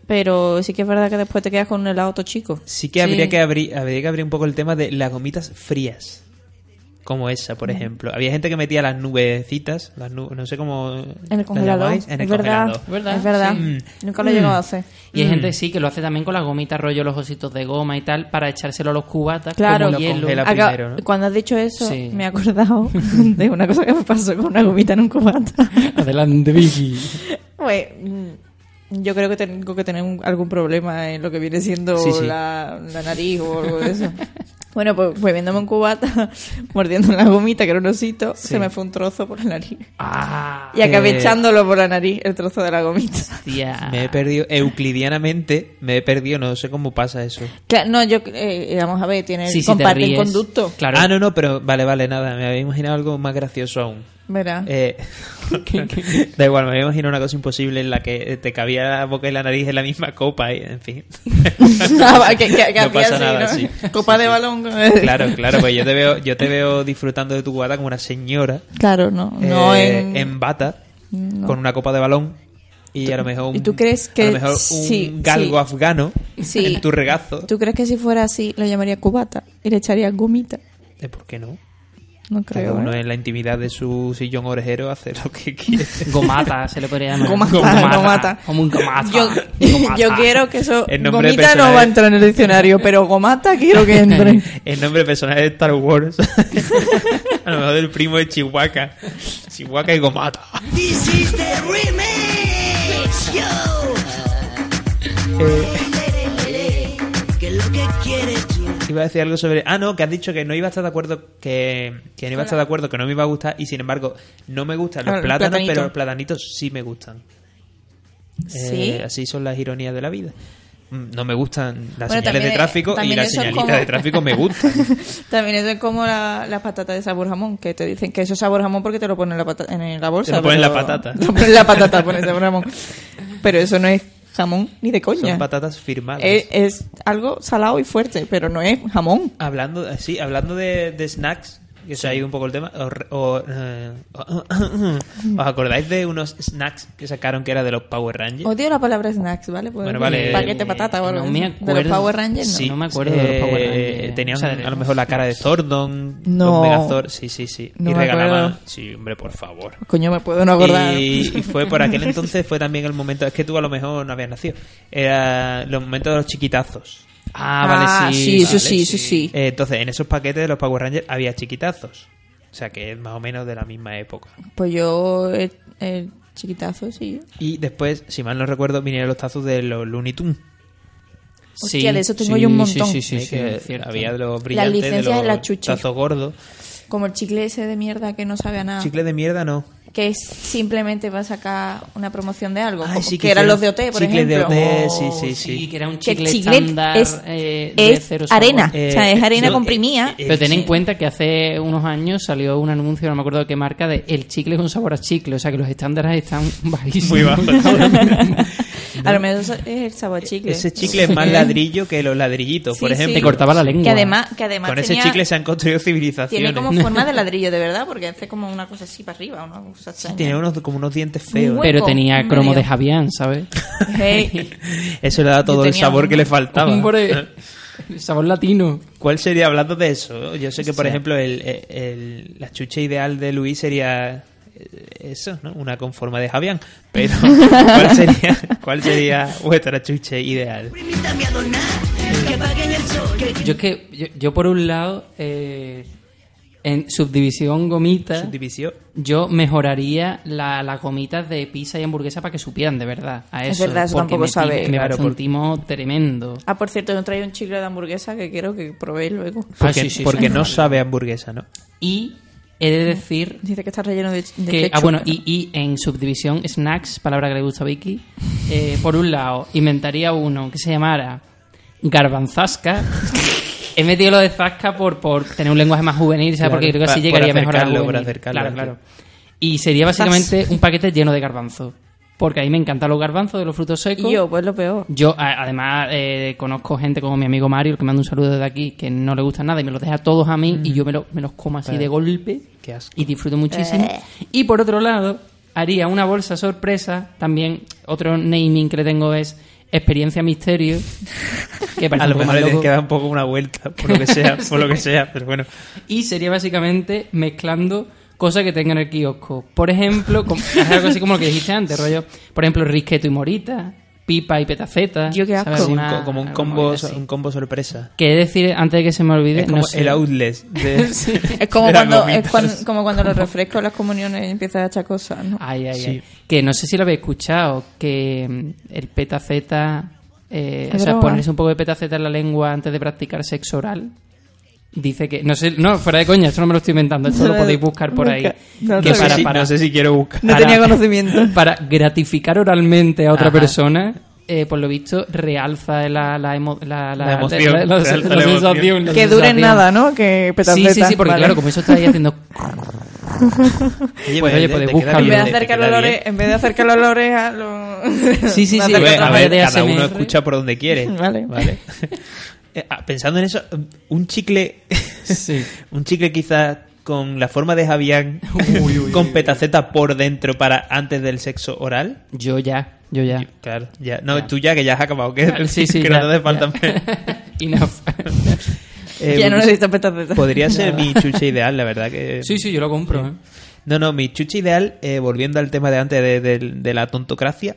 S4: Pero sí que es verdad que después te quedas con un helado todo chico.
S2: Sí que habría que abrir, habría que abrir un poco el tema de las gomitas frías. Como esa,
S4: Mm.
S2: por ejemplo. Había gente que metía las nubecitas, las nu- no sé cómo
S4: En el
S2: las
S4: congelador.
S2: llamáis, en el
S4: es, verdad,
S2: congelador.
S1: ¿Verdad?
S4: es verdad.
S2: Sí.
S4: Nunca lo he llegado a hacer.
S1: Y hay
S2: Mm.
S1: gente sí que lo hace también con las gomitas, rollo los ositos de goma y tal, para echárselo a los cubatas
S4: Claro.
S1: como
S4: Lo
S1: hielo.
S2: congela.
S4: Acá-
S2: primero, ¿no?
S4: Cuando has dicho eso,
S1: Sí.
S4: me he acordado de una cosa que me pasó con una gomita en un cubata.
S1: Adelante, Vicky.
S4: Pues, mm, yo creo que tengo que tener un- algún problema en lo que viene siendo
S2: Sí, sí.
S4: La, la nariz o algo de eso. Bueno, pues bebiéndome un cubata, mordiendo la gomita, que era un osito, se me fue un trozo por la nariz.
S1: Ah,
S4: Y acabé
S2: Eh.
S4: echándolo por la nariz, el trozo de la gomita.
S1: tía.
S2: Me he perdido, euclidianamente, me he perdido, no sé cómo pasa eso.
S4: Claro, no, yo, eh, vamos a ver, tiene,
S1: Sí, sí, te
S4: comparten
S1: ríes.
S4: conducto.
S1: Claro.
S2: Ah, no, no, pero vale, vale, nada, me había imaginado algo más gracioso aún.
S4: Verá.
S2: Eh, da igual, me había imaginado una cosa imposible en la que te cabía la boca y la nariz en la misma copa, y, en fin.
S4: Nada, Ah, que, que- que
S2: No
S4: hacía
S2: pasa
S4: así,
S2: nada,
S4: ¿no?
S2: sí.
S4: Copa
S2: Sí,
S4: de
S2: sí.
S4: balón. eh.
S2: Claro, claro, pues yo te veo, yo te veo disfrutando de tu guata como una señora.
S4: Claro, no. No
S2: eh,
S4: en...
S2: bata con una copa de balón y a lo mejor un,
S4: ¿Y tú crees
S2: a
S4: que
S2: lo mejor un
S4: sí, sí.
S2: galgo afgano
S4: Sí.
S2: en tu regazo
S4: ¿Tú crees que si fuera así lo llamaría cubata y le echaría gomita?
S2: Eh, ¿por qué no?
S4: No
S2: cada
S4: creo.
S2: uno
S4: ¿eh?
S2: en la intimidad de su sillón orejero hace lo que quiere
S1: Gomata, se le podría llamar.
S4: Gomata, gomata.
S1: Como un gomata.
S4: Yo,
S1: Gomata.
S4: yo quiero que eso.
S2: El nombre
S4: Gomita no
S2: personal.
S4: va a entrar en el diccionario, pero gomata quiero que entre.
S2: el nombre personal de Star Wars a lo mejor el primo de Chihuahua Chihuahua y Gomata
S3: This is the remix. Yo. Que es lo que quiero. eres tú.
S2: Iba a decir algo sobre. Ah, no, que has dicho que no iba a estar de acuerdo. Que, que no iba a estar de acuerdo, que no me iba a gustar. Y sin embargo, no me gustan los
S4: Ah, el
S2: plátanos,
S4: platanito.
S2: pero los platanitos sí me gustan.
S4: Sí.
S2: Eh, así son las ironías de la vida. Mm, No me gustan las
S4: Bueno,
S2: señales
S4: también-
S2: de tráfico y
S4: también
S2: las
S4: eso es
S2: señalitas
S4: como-
S2: de tráfico me gustan.
S4: También eso es como la- las patatas de sabor jamón, que te dicen que eso es sabor jamón porque te lo ponen en la, pata- en la bolsa.
S2: Te lo ponen
S4: pero-
S2: la patata.
S4: Te lo ponen la patata, ponen sabor jamón. Pero eso no es jamón ni de coña.
S2: Son patatas firmadas.
S4: es, Eh,
S2: pues.
S4: es algo salado y fuerte, pero no es jamón.
S2: Hablando, eh, sí, hablando de, de snacks, que se ha ido un poco el tema, o re- o, eh, ¿os acordáis de unos snacks que sacaron que era de los Power Rangers?
S4: Odio la palabra snacks, ¿vale? Pues
S2: Bueno, vale. eh,
S4: Paquete de patata o algo
S1: No
S4: así.
S1: me
S4: De
S1: acuerdo.
S4: los Power Rangers, no.
S1: Sí. no me acuerdo de los Power Rangers.
S2: eh, Tenían
S1: O sea, de-
S2: a lo mejor la cara de Zordon,
S4: No.
S2: los Megazord, sí, sí, sí.
S4: No
S2: y
S4: me
S2: regalaban.
S4: acuerdo.
S2: Sí, hombre, por favor.
S4: Pues Coño, me puedo no acordar.
S2: Y, y fue por aquel entonces, fue también el momento, es que tú a lo mejor no habías nacido, era los momentos de los chiquitazos.
S1: Ah, vale, sí.
S4: sí, eso
S1: vale,
S4: sí, eso sí.
S2: Eh, entonces, en esos paquetes de los Power Rangers había chiquitazos. O sea que es más o menos de la misma época.
S4: Pues yo, el, el chiquitazo, sí.
S2: Y después, si mal no recuerdo, vinieron los tazos de los Looney Tunes.
S4: Hostia, de eso tengo yo un montón.
S1: Sí, sí, sí,
S2: ¿eh?
S1: sí,
S2: que
S1: es cierto.
S2: había de los brillantes,
S4: licencias
S2: de los
S4: de la chuche.
S2: tazos gordos.
S4: Como el chicle ese de mierda que no sabe a nada.
S2: Chicle de mierda no.
S4: Que es simplemente va a sacar una promoción de algo.
S2: Ay,
S4: como-
S2: sí,
S4: que
S2: que
S4: eran
S2: hicieron
S4: los de OT, por
S2: chicle de
S4: ejemplo.
S2: OT. Eh,
S1: Oh,
S2: sí, sí, sí.
S1: que era un
S4: Que el
S1: chicle,
S4: chicle
S1: estándar
S4: es-
S1: eh, de
S4: es
S1: cero sabor.
S4: arena. O sea, es harina
S2: no,
S4: comprimida.
S2: eh,
S1: Pero ten en
S2: sí.
S1: cuenta que hace unos años salió un anuncio, no me acuerdo de qué marca, de el chicle con sabor a chicle. O sea que los estándares están bajísimos.
S2: Muy bajo.
S4: A lo menos es el sabor chicle.
S2: Ese chicle es más ladrillo que los ladrillitos,
S4: Sí,
S2: por ejemplo.
S1: Te cortaba la lengua.
S4: Que además, que además
S2: Con ese
S4: tenía-
S2: chicle se han construido
S4: tiene
S2: civilizaciones.
S4: como forma de ladrillo, de verdad, porque hace como una cosa así para arriba, una cosa extraña.
S2: Tiene unos, como unos dientes feos.
S4: Muy
S1: Pero
S4: hueco,
S1: tenía
S4: medio.
S1: cromo de Javián, ¿sabes?
S4: Hey,
S2: Eso le da todo el
S4: tenía
S2: sabor
S4: un-
S2: que le faltaba.
S1: Hombre, el sabor latino.
S2: ¿Cuál sería, hablando de eso? Yo sé que, por
S1: Sí.
S2: ejemplo, el, el- la chucha ideal de Luis sería eh, eso, ¿no? Una con forma de Javián. Pero, ¿cuál sería, cuál sería vuestra chucha ideal?
S3: Permítame adornar, que apaguen el sol. Que
S1: Yo es que, yo, yo por un lado, eh, en subdivisión gomita,
S2: Subdivisión.
S1: yo mejoraría la- las gomitas de pizza y hamburguesa para que supieran de verdad. A
S4: Es
S1: eso,
S4: verdad, eso
S1: porque
S4: tampoco
S1: me,
S4: sabe.
S1: Me
S2: Claro,
S1: parece un timo tremendo.
S4: Ah, por cierto, yo traía un chicle de hamburguesa que quiero que probéis luego.
S2: Porque,
S1: Ah, sí, sí,
S2: porque
S1: sí.
S2: no sabe hamburguesa, ¿no?
S1: Y he de decir
S4: Dice que está relleno de, de
S1: que, ah,
S4: ketchup.
S1: bueno, y, y en subdivisión, snacks, palabra que le gusta a Vicky, eh, por un lado, inventaría uno que se llamara garbanzasca. He metido lo de zasca por, por tener un lenguaje más juvenil, ¿sabes?
S2: Claro,
S1: Porque creo que
S2: pa-
S1: así
S2: por
S1: llegaría mejor a la
S2: acercarlo, por
S1: juvenil.
S2: acercarlo,
S1: Claro,
S2: claro.
S1: claro. Y sería básicamente un paquete lleno de garbanzos. Porque a mí me encantan los garbanzos de los frutos secos.
S4: Y yo, pues lo peor.
S1: Yo, a- además, eh, conozco gente como mi amigo Mario, el que manda un saludo desde aquí, que no le gusta nada y me los deja todos a mí y yo me, lo- me los como así de golpe
S2: Qué asco. Eh.
S1: y disfruto muchísimo. Y por otro lado, haría una bolsa sorpresa. También, otro naming que le tengo es Experiencia Misterio. Que parece
S2: A
S1: un
S2: lo
S1: poco
S2: mejor
S1: más
S2: le tienes
S1: loco.
S2: que dar un poco una vuelta, por lo que sea, por lo que sea, pero bueno.
S1: Y sería básicamente mezclando cosas que tengan en el kiosco. Por ejemplo, com- hacer algo así como lo que dijiste antes, rollo. Por ejemplo, risqueto y morita, pipa y petaceta.
S4: Yo qué
S1: ¿sabes?
S4: asco.
S2: Sí, un
S1: Alguna-
S2: co- como un
S1: alguna
S2: combo,
S1: movida así.
S2: un combo sorpresa.
S1: Que he de decir antes de que se me olvide,
S2: Es como
S1: no sé.
S2: el outlet de,
S4: Es como
S2: de las
S4: cuando, es
S2: gomitas.
S4: cuan- como cuando los refrescos, en las comuniones empiezan a echar cosas, ¿no?
S1: Ay, ay, ay.
S2: Sí.
S1: Que no sé si lo habéis escuchado, que mm, el petaceta, eh,
S4: Es
S1: o sea,
S4: droga.
S1: ponerse un poco de petaceta en la lengua antes de practicar sexo oral. Dice que, no sé, no, fuera de coña, esto no me lo estoy inventando, esto lo podéis buscar por ahí.
S4: Nunca. No,
S1: que
S2: no, sé
S1: para,
S2: si,
S1: para,
S2: no sé si quiero buscar.
S4: No
S1: para-
S4: tenía conocimiento.
S1: Para gratificar oralmente a otra
S2: Ajá.
S1: persona, eh, por lo visto, realza la, la, emo- la, la-
S2: La emoción,
S1: la- la- la-
S2: realza
S1: la
S2: la emoción.
S1: sensación, la
S4: que dure
S1: sensación.
S4: nada, ¿no? Que
S1: Sí, sí, sí, porque
S4: vale.
S1: claro, como eso estáis haciendo
S2: Oye,
S1: Pues, oye,
S2: te- te
S1: podéis
S2: queda
S1: buscarlo.
S4: En vez
S2: bien,
S4: de
S2: te- te
S4: acercar
S2: queda
S4: los
S2: bien. pues,
S4: olores, en vez de acercar los olores a los...
S1: Sí, sí,
S4: me
S1: sí,
S4: acerco
S1: ve,
S4: otra vez.
S2: a
S1: manera
S2: ver,
S1: de
S2: cada uno
S1: ASMR.
S2: escucha por donde quiere.
S4: Vale.
S2: Eh, ah, Pensando en eso, un chicle,
S1: Sí.
S2: un chicle quizás con la forma de Javián,
S1: Uy, uy,
S2: con petaceta por dentro para antes del sexo oral.
S1: Yo ya, yo ya.
S2: Claro, ya. No, tú ya que ya has acabado, que,
S1: Sí, sí,
S2: que
S1: ya,
S2: no te hace falta.
S1: ya. Enough.
S2: Eh,
S4: ya no necesito petaceta.
S2: Podría ser mi chuche ideal, la verdad que.
S1: Sí, sí, yo lo compro. ¿eh?
S2: No, no, mi chucha ideal, eh, volviendo al tema de antes de, de- de la tontocracia,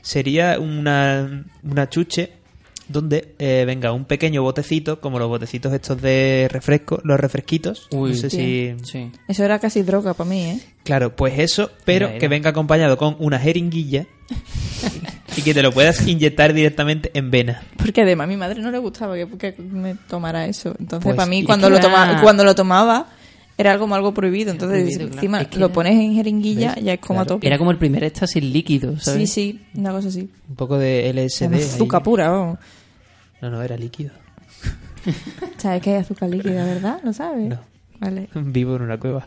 S2: sería una, una chuche donde eh, venga un pequeño botecito, como los botecitos estos de refresco, los refresquitos.
S1: Uy.
S2: no sé si.
S1: ¿eh? Sí.
S4: Eso era casi droga para mí, ¿eh?
S2: Claro, pues eso, pero
S1: Mira, mira.
S2: que venga acompañado con una jeringuilla y que te lo puedas inyectar directamente en vena.
S4: Porque además a mi madre no le gustaba que, que me tomara eso. Entonces,
S1: Pues,
S4: para
S1: y
S4: mí,
S1: es
S4: cuando
S1: que
S4: lo,
S1: era-
S4: toma, cuando lo tomaba, era algo como algo prohibido. Entonces,
S1: prohibido, claro.
S4: encima
S1: Es que
S4: lo
S1: era-
S4: pones en jeringuilla, ya es como a tope.
S1: Era como el primer éxtasis líquido,
S4: Sí,
S1: ¿sabes?
S4: sí, una cosa así.
S2: Un poco de LSD.
S4: Como
S2: ahí.
S4: azúcar pura, vamos.
S2: No, no, era líquido.
S4: ¿Sabes que hay azúcar líquida, verdad? ¿Lo sabes?
S2: No.
S4: Vale.
S2: Vivo en una cueva.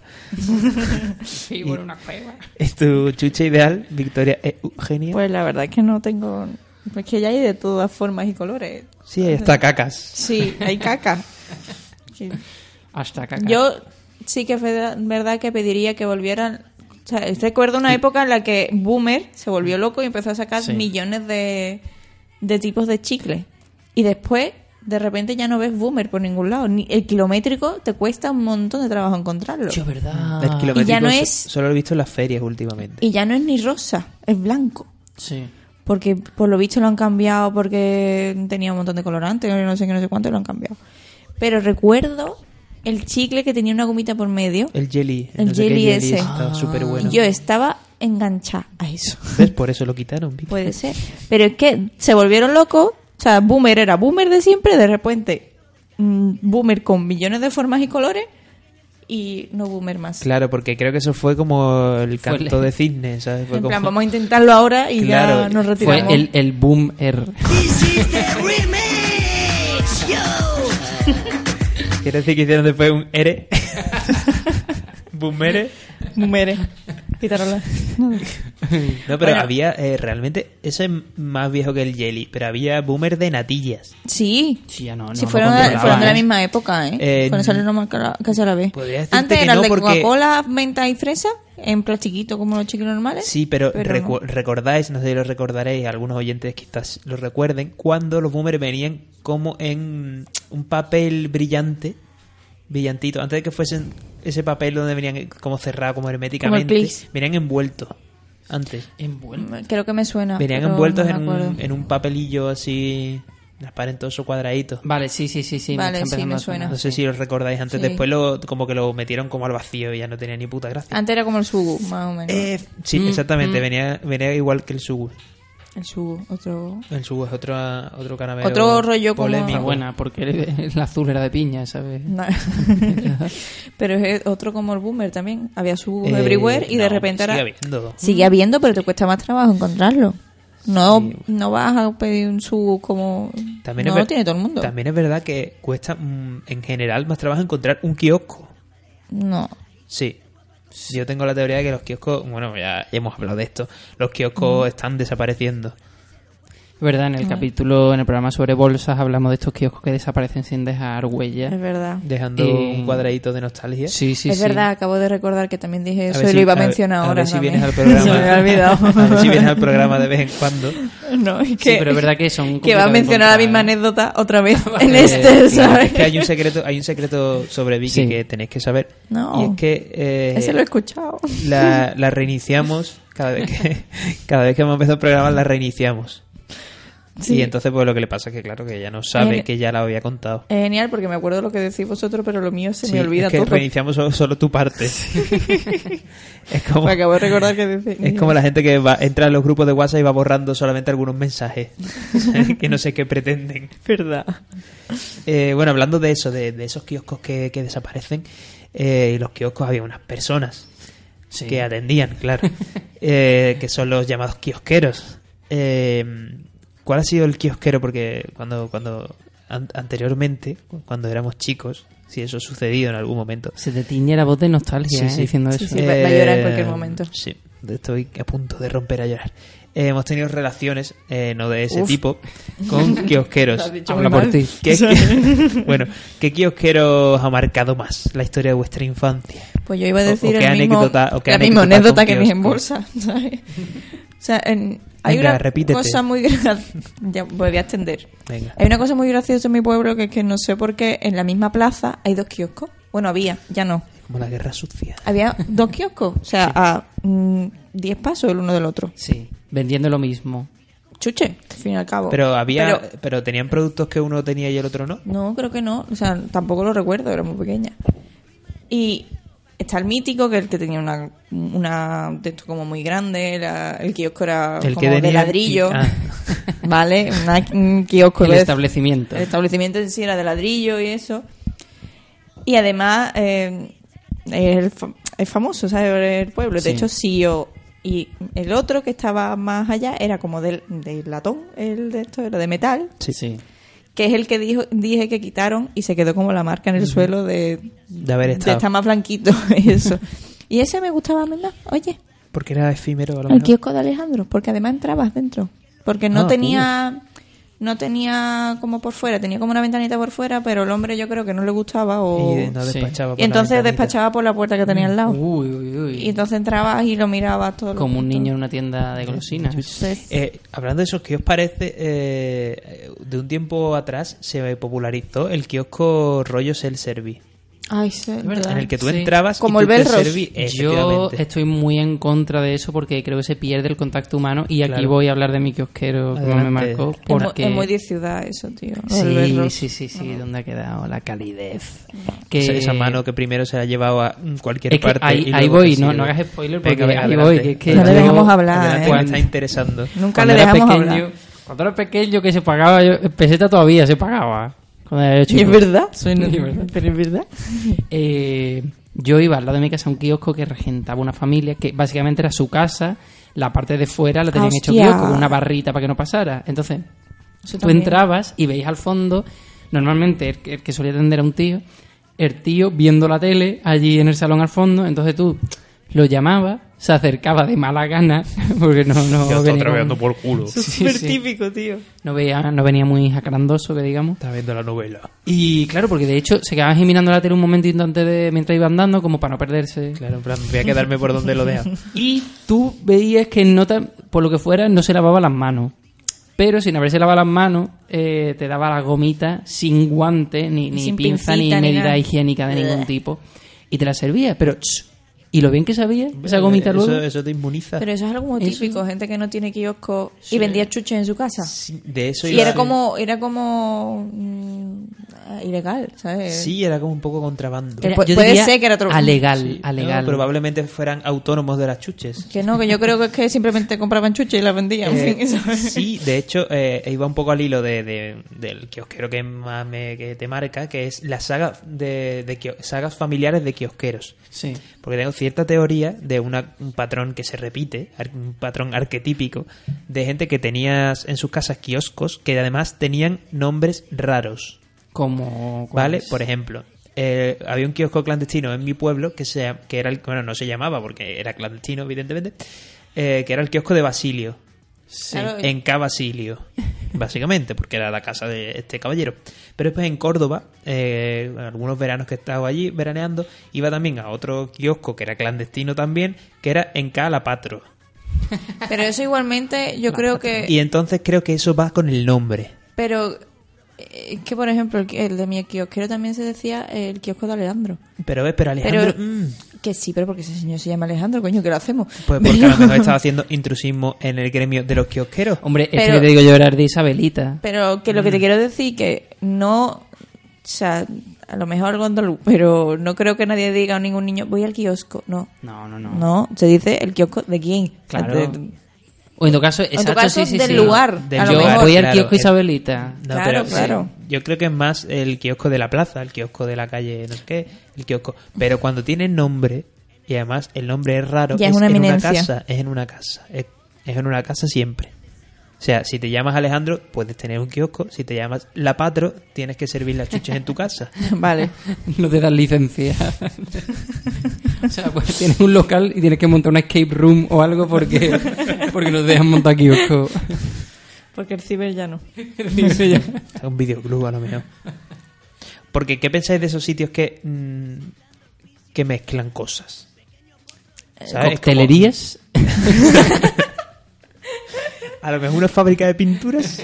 S1: Sí, por una cueva.
S2: ¿Es tu chucha ideal, Victoria Eugenia?
S4: Pues la verdad es que no tengo... Es que ya hay de todas formas y colores.
S2: sí, ahí está, cacas.
S4: Sí, hay caca. Sí.
S1: Hasta caca.
S4: Yo sí que es verdad verdad que pediría que volvieran. O sea, recuerdo una época en la que Boomer se volvió loco y empezó a sacar
S1: Sí.
S4: millones de, de tipos de chicle. Y después, de repente, ya no ves Boomer por ningún lado. Ni, el kilométrico te cuesta un montón de trabajo encontrarlo.
S1: Yo, ¿verdad?
S2: El kilométrico
S4: Ah. Y ya no
S2: so-
S4: es-
S2: Solo lo he visto en las ferias últimamente.
S4: Y ya no es ni rosa, es blanco.
S1: Sí.
S4: Porque por lo visto lo han cambiado porque tenía un montón de colorantes, no sé qué, no sé cuánto, y lo han cambiado. Pero recuerdo el chicle que tenía una gomita por medio.
S2: El jelly.
S4: El
S2: no sé qué
S4: jelly ese.
S2: Está
S1: Ah.
S2: súper bueno.
S4: Yo estaba enganchada a eso.
S2: ¿Ves? Por eso lo quitaron, Vic.
S4: Puede ser. Pero es que se volvieron locos. O sea, Boomer era Boomer de siempre, de repente mm, Boomer con millones de formas y colores y no Boomer más.
S2: Claro, porque creo que eso fue como el
S1: Fue
S2: canto
S1: el-
S2: de cisne, ¿sabes? Fue
S4: en
S2: como-
S4: plan, vamos a intentarlo ahora y ya
S2: Claro,
S4: nos
S2: fue
S1: Fue
S4: retiramos.
S1: el, el boom er. R.
S3: This is the remix, yo.
S2: Quiere decir que hicieron después un R. Boomere.
S4: Boomer. Quitaronla.
S2: No, pero
S4: Bueno.
S2: había eh, realmente. Eso es más viejo que el jelly, pero había boomer de natillas.
S4: Sí.
S1: Sí, ya no, no
S4: sí,
S1: lo
S4: fueron, de,
S1: controlaba,
S4: fueron de la
S1: ¿eh?
S4: misma época, ¿eh?
S2: Eh,
S4: Cuando salieron más cara- casi a la vez.
S2: podría decirte
S4: Antes
S2: que
S4: eran
S2: no,
S4: de
S2: porque-
S4: Coca-Cola, menta y fresa, en plastiquito como los chicles normales.
S2: Sí, pero,
S4: ¿Eh? no.
S2: recu- recordáis, no sé si lo recordaréis, algunos oyentes quizás lo recuerden, cuando los boomers venían como en un papel brillante, brillantito, antes de que fuesen ese papel donde venían como cerrado, como herméticamente,
S4: Plex.
S2: venían envueltos antes.
S1: Envuelto.
S4: Creo que me suena.
S2: venían
S4: pero
S2: envueltos
S4: no me
S2: en,
S4: acuerdo.
S2: un, en un papelillo así transparentoso, cuadradito.
S1: Vale, sí, sí, sí, sí.
S4: Vale,
S1: me está
S4: Ah, sí,
S1: empezando
S4: me
S1: a sonar,
S4: suena.
S2: No sé si lo recordáis antes,
S4: Sí.
S2: después lo, como que lo metieron como al vacío y ya no tenía ni puta gracia.
S4: Antes era como el Sugu, más o menos.
S2: Eh, sí,
S1: Mm,
S2: exactamente,
S1: mm.
S2: venía, venía igual que el Sugur.
S4: El Sugu, otro.
S2: El subo es otro, otro caramelo.
S4: Otro rollo como-
S1: Está
S2: polémico.
S1: buena, porque el azul era de piña, ¿sabes?
S4: No. pero es otro como el Boomer también. Había Sugu
S2: Eh,
S4: everywhere y
S2: no,
S4: de repente
S2: sigue
S4: era.
S2: habiendo.
S4: Sigue habiendo, pero te cuesta más trabajo encontrarlo. No, no vas a pedir un Sugu como.
S2: También
S4: no
S2: es ver-
S4: lo tiene todo el mundo.
S2: También es verdad que cuesta mm, en general más trabajo encontrar un kiosco.
S4: No.
S2: Sí. Yo tengo la teoría de que los kioscos, bueno, ya hemos hablado de esto, los
S4: Mm.
S2: kioscos están desapareciendo.
S1: Es verdad, en el capítulo, en el programa sobre bolsas, hablamos de estos kioscos que desaparecen sin dejar huella.
S4: Es verdad.
S2: Dejando
S1: Eh,
S2: un cuadradito de nostalgia.
S1: Sí, sí,
S4: es
S1: sí.
S4: verdad, acabo de recordar que también dije
S2: A
S4: eso y
S2: ver si-
S4: lo iba a
S2: ver-
S4: mencionar
S2: a ver
S4: ahora.
S2: si
S4: también.
S2: vienes al programa.
S4: Se me había
S2: A ver
S4: olvidado.
S2: si vienes al programa de vez en cuando.
S4: No, es que,
S1: Sí, pero es verdad que son
S4: que va a
S1: complicados de
S4: mencionar la misma
S1: encontrar, ¿eh?
S4: anécdota otra vez en
S2: Eh,
S4: este,
S2: claro,
S4: ¿sabes?
S2: es que hay un secreto, hay un secreto sobre Vicky
S1: Sí.
S2: que tenéis que saber.
S4: No.
S2: Y es que eh,
S4: Ese lo he escuchado.
S2: la, la reiniciamos cada vez que cada vez que hemos empezado el programa la reiniciamos
S4: Sí.
S2: y entonces pues lo que le pasa es que claro que ella no sabe
S4: Eh,
S2: que ya la había contado
S4: Es genial porque me acuerdo lo que decís vosotros, pero lo mío se
S2: Sí,
S4: me olvida
S2: es que
S4: todo.
S2: reiniciamos solo, solo tu parte es como
S4: Me acabo de recordar que decís.
S2: es como la gente que va, entra en los grupos de WhatsApp y va borrando solamente algunos mensajes que no sé qué pretenden
S4: verdad.
S2: Eh, bueno, hablando de eso, de, de esos kioscos que, que desaparecen, eh, y los kioscos había unas personas
S1: Sí.
S2: que atendían, claro, eh, que son los llamados kiosqueros. Eh, ¿Cuál ha sido el kiosquero? Porque cuando, cuando an- anteriormente, cuando éramos chicos, si eso ha sucedido en algún momento.
S1: Se te tiñe la voz de nostalgia
S2: Sí,
S1: ¿eh?
S2: sí.
S1: diciendo
S4: Sí,
S1: eso.
S4: sí. va- va a llorar en cualquier momento.
S2: Eh, Sí, estoy a punto de romper a llorar. Eh, hemos tenido relaciones, eh, no de ese
S4: Uf.
S2: tipo, con kiosqueros.
S1: Habla por ti.
S2: ¿Qué, qué- bueno, ¿qué kiosqueros ha marcado más la historia de vuestra infancia?
S4: Pues yo iba a
S2: O- o
S4: decir
S2: qué
S4: el mismo-
S2: anécdota- o qué
S4: la misma anécdota
S2: anécdota con
S4: que dije en
S2: kiosco.
S4: bolsa, ¿sabes? O sea, en- hay
S2: Venga,
S4: una
S2: repítete.
S4: cosa muy graciosa. ya voy a extender.
S2: Venga.
S4: Hay una cosa muy graciosa en mi pueblo que es que no sé por qué en la misma plaza hay dos kioscos. Bueno, había, ya no.
S2: Como la guerra sucia.
S4: Había dos kioscos, o sea, a mm, 10 pasos el uno del otro.
S1: Sí, vendiendo lo mismo.
S4: Chuche, al fin y al cabo.
S2: Pero había,
S4: Pero-
S2: pero, tenían productos que uno tenía y el otro no.
S4: No, creo que no. O sea, tampoco lo recuerdo, era muy pequeña. Y está el mítico, que es el que tenía una, una de esto como muy grande, la- el kiosco era
S2: El
S4: como
S2: que
S4: de
S2: venía-
S4: ladrillo,
S2: Ah.
S4: ¿vale? Una- un kiosco
S1: el
S4: de-
S1: establecimiento.
S4: el establecimiento en sí era de ladrillo y eso. Y además eh, es, el fa- es famoso, ¿sabes? El pueblo. De
S1: Sí.
S4: hecho, CEO. Y el otro que estaba más allá era como del, del latón, el de esto, era de metal,
S1: Sí, sí.
S4: que es el que dijo, dije que quitaron y se quedó como la marca en el suelo de,
S2: De haber
S4: de
S2: estado.
S4: estar más blanquito. eso. y ese me gustaba, ¿verdad? Oye,
S2: Porque era efímero, a lo
S4: el
S2: mejor.
S4: kiosco de Alejandro, porque además entrabas dentro. Porque no
S2: Ah,
S4: tenía. No tenía como por fuera, tenía como una ventanita por fuera, pero el hombre yo creo que no le gustaba o.
S2: Y no
S1: Sí.
S2: despachaba. por
S4: Y
S2: la
S4: entonces
S2: ventanita.
S4: despachaba por la puerta que tenía al lado.
S1: Uy, uy, uy.
S4: Y entonces entrabas y lo mirabas todo.
S1: Como un niño en una tienda de golosinas.
S4: Entonces,
S2: Eh, hablando de eso, ¿qué os parece? Eh, de un tiempo atrás se popularizó el kiosco rollo self-service,
S4: ay, sí,
S1: verdad.
S2: en el que tú
S1: Sí.
S2: entrabas
S4: Como
S2: y
S4: el
S2: tú te
S4: Belrose.
S2: serví-
S1: Yo
S2: Efectivamente.
S1: estoy muy en contra de eso porque creo que se pierde el contacto humano y aquí
S2: Claro.
S1: voy a hablar de mi kiosquero como me
S2: Adelante.
S1: marcó
S2: Es
S4: es, mu-
S1: porque
S4: es muy de ciudad eso, tío. lo del
S1: sí,
S4: berro.
S1: sí, sí, sí, donde ha quedado la calidez.
S2: Esa-
S1: Que-
S2: Esa mano que primero se la llevaba a mm, cualquier
S1: Es que
S2: parte.
S1: ahí-
S2: y
S1: ahí
S2: luego
S1: voy,
S2: te
S1: no-
S2: sirve.
S1: no hagas spoiler porque
S2: venga,
S1: ahí
S2: adelante.
S1: voy, que es que
S4: No le
S1: yo-
S4: dejamos hablar,
S2: Adelante,
S4: ¿eh?
S2: que me está interesando.
S4: Nunca le
S1: Cuando era
S4: dejamos
S1: pequeño-
S4: hablar.
S1: Cuando era pequeño que se pagaba, yo- peseta todavía se pagaba. Cuando era
S4: Y
S1: chico.
S4: es verdad,
S1: Y es verdad.
S4: pero es verdad.
S1: Eh, yo iba al lado de mi casa a un kiosco que regentaba una familia, que básicamente era su casa, la parte de fuera la tenían hecho
S4: Hostia.
S1: kiosco, con una barrita para que no pasara. Entonces,
S4: Eso
S1: tú
S4: también.
S1: entrabas y veías al fondo, normalmente el, que- el que solía atender a un tío, el tío viendo la tele allí en el salón al fondo, entonces tú lo llamabas, se acercaba de mala gana, porque no... no
S5: Ya está
S1: venía
S5: trapeando
S1: con-
S5: por culo.
S1: Sí, sí.
S4: Súper típico, tío.
S1: No, veía, no venía muy jacrandoso, que digamos.
S5: Está viendo la novela.
S1: Y claro, porque de hecho se quedaban mirando la tele un momentito antes de mientras iba andando, como para no perderse.
S2: Claro, en plan, voy a quedarme por donde lo deja.
S1: Y tú veías que no te- por lo que fuera no se lavaba las manos. Pero sin haberse lavado las manos, eh, te daba la gomita sin guante, ni, ni
S4: sin
S1: pinza, ni
S4: pincita, ni
S1: medida
S4: nada.
S1: higiénica de ningún tipo. Y te la servía, pero... ch, y lo bien que sabía, esa gomita
S2: Eh, eso,
S1: luego...
S2: Eso te inmuniza.
S4: Pero eso es algo muy
S1: Eso-
S4: típico, gente que no tiene kiosco y vendía chuches en su casa.
S2: Sí, de eso
S4: Y
S2: iba-
S4: era como, era como mm, ah, ilegal, ¿sabes?
S2: Sí, era como un poco contrabando.
S4: Era- puede
S1: diría
S4: ser que era otro-
S1: Alegal, alegal.
S2: No, probablemente fueran autónomos de las chuches.
S4: Que no, que yo creo que es que simplemente compraban chuches y las vendían.
S2: Eh,
S4: ¿sabes?
S2: sí, de hecho, eh, iba un poco al hilo de, de- del kiosquero que más me- que te marca, que es la saga de, de kio- sagas familiares de kiosqueros.
S1: Sí.
S2: Porque tengo cierta teoría de una- un patrón que se repite, ar- un patrón arquetípico, de gente que tenía en sus casas kioscos que además tenían nombres raros.
S1: Como...
S2: ¿Vale?
S1: ¿cuáles?
S2: Por ejemplo, eh, había un kiosco clandestino en mi pueblo que, se, que era el. Bueno, no se llamaba porque era clandestino, evidentemente. eh, que era el kiosco de Basilio.
S4: Claro,
S2: En K. Basilio. Básicamente, porque era la casa de este caballero. Pero después en Córdoba, eh, algunos veranos que estaba allí veraneando, iba también a otro kiosco que era clandestino también, que era en K. La Patro.
S4: Pero eso igualmente, yo creo
S2: Y
S4: que.
S2: entonces creo que eso va con el nombre.
S4: Pero eh, que, por ejemplo, el, el de mi kiosquero también se decía el kiosco de Alejandro.
S2: Pero ves, pero Alejandro.
S4: Pero.
S2: mm,
S4: Que sí, pero porque ese señor se llama Alejandro, coño, ¿qué lo hacemos?
S2: pues porque a lo mejor estaba haciendo intrusismo en el gremio de los kiosqueros.
S1: Hombre, es
S4: Pero-
S1: que te digo yo era de Isabelita.
S4: Pero que lo que
S1: Mm.
S4: te quiero decir que no, o sea, a lo mejor algo andaluz, pero no creo que nadie diga a ningún niño, voy al kiosco. No,
S1: No, no, no.
S4: no, se dice el kiosco de quién.
S1: Claro.
S4: De-
S1: O en tu caso, exacto,
S4: caso,
S1: sí, sí,
S4: del
S1: sí.
S4: lugar,
S2: Del a lo
S1: yo
S2: mejor.
S1: voy al
S2: Claro,
S1: kiosco
S2: el-
S1: Isabelita.
S2: No,
S4: Claro,
S2: pero sí,
S4: claro.
S2: yo creo que es más el kiosco de la plaza, el kiosco de la calle, no sé qué, el kiosco. Pero cuando tiene nombre, y además el nombre es raro,
S4: Ya es una
S2: en una
S4: eminencia.
S2: casa, es en una casa, es, es en una casa siempre. O sea, si te llamas Alejandro, puedes tener un kiosco. Si te llamas La Patro, tienes que servir las chuches en tu casa.
S4: vale.
S1: No te dan licencia. o sea, pues tienes un local y tienes que montar una escape room o algo porque, porque no te dejan montar kiosco.
S4: Porque el ciber ya no.
S1: Dice ya.
S2: Un videoclub a lo mejor. Porque, ¿qué pensáis de esos sitios que, mm, que mezclan cosas? ¿Sabes? Es como-
S1: Coctelerías.
S2: A lo mejor una fábrica de pinturas.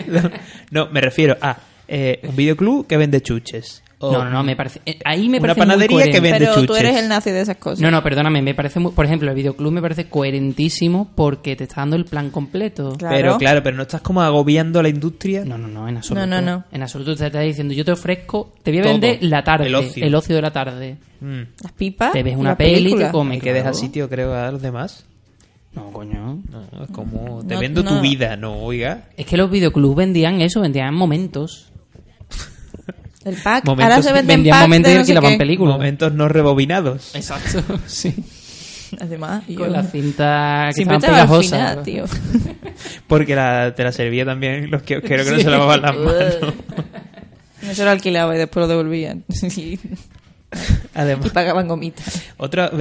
S2: No, me refiero a eh, un videoclub que vende chuches. O
S1: no, no, no, me parece. eh, Ahí me
S2: Una
S1: parece muy
S2: panadería que
S1: coherente.
S2: vende
S4: Pero tú
S2: chuches.
S4: eres el nazi de esas cosas.
S1: No, no, perdóname, me parece muy- por ejemplo, el videoclub me parece coherentísimo porque te está dando el plan completo.
S4: Claro.
S2: Pero claro, pero no estás como agobiando a la industria.
S1: No, no, no, en absoluto.
S4: No, no, no.
S1: En absoluto te está diciendo, yo te ofrezco, te voy a
S2: Todo.
S1: vender la tarde,
S2: El
S1: el
S2: ocio.
S1: ocio, de la tarde.
S2: Mm.
S4: Las pipas.
S1: te ves
S4: Ah, y
S1: una
S4: la
S1: peli,
S4: película.
S1: te comes.
S2: Hay que dejar
S1: claro.
S2: sitio, creo, a los demás.
S1: No, coño.
S2: No, es como te
S4: No,
S2: vendo tu
S4: no.
S2: vida, no, oiga.
S1: Es que los videoclubs vendían eso, vendían momentos.
S4: El pack.
S2: Momentos-
S4: Ahora se venden
S1: vendían
S4: packs
S1: momentos
S4: de
S1: y
S4: no sé
S1: alquilaban
S4: qué.
S1: películas.
S2: Momentos no rebobinados.
S1: Exacto, sí.
S4: Además, y
S1: Con
S4: yo-
S1: la cinta que
S4: Siempre
S1: estaban
S4: estaba al
S1: pegajosas.
S4: final, tío.
S2: Porque la- te la servía también los que creo que no se lavaban las manos.
S4: Eso lo alquilaba y después lo devolvían. y, y
S2: Además,
S4: pagaban gomitas.
S2: otra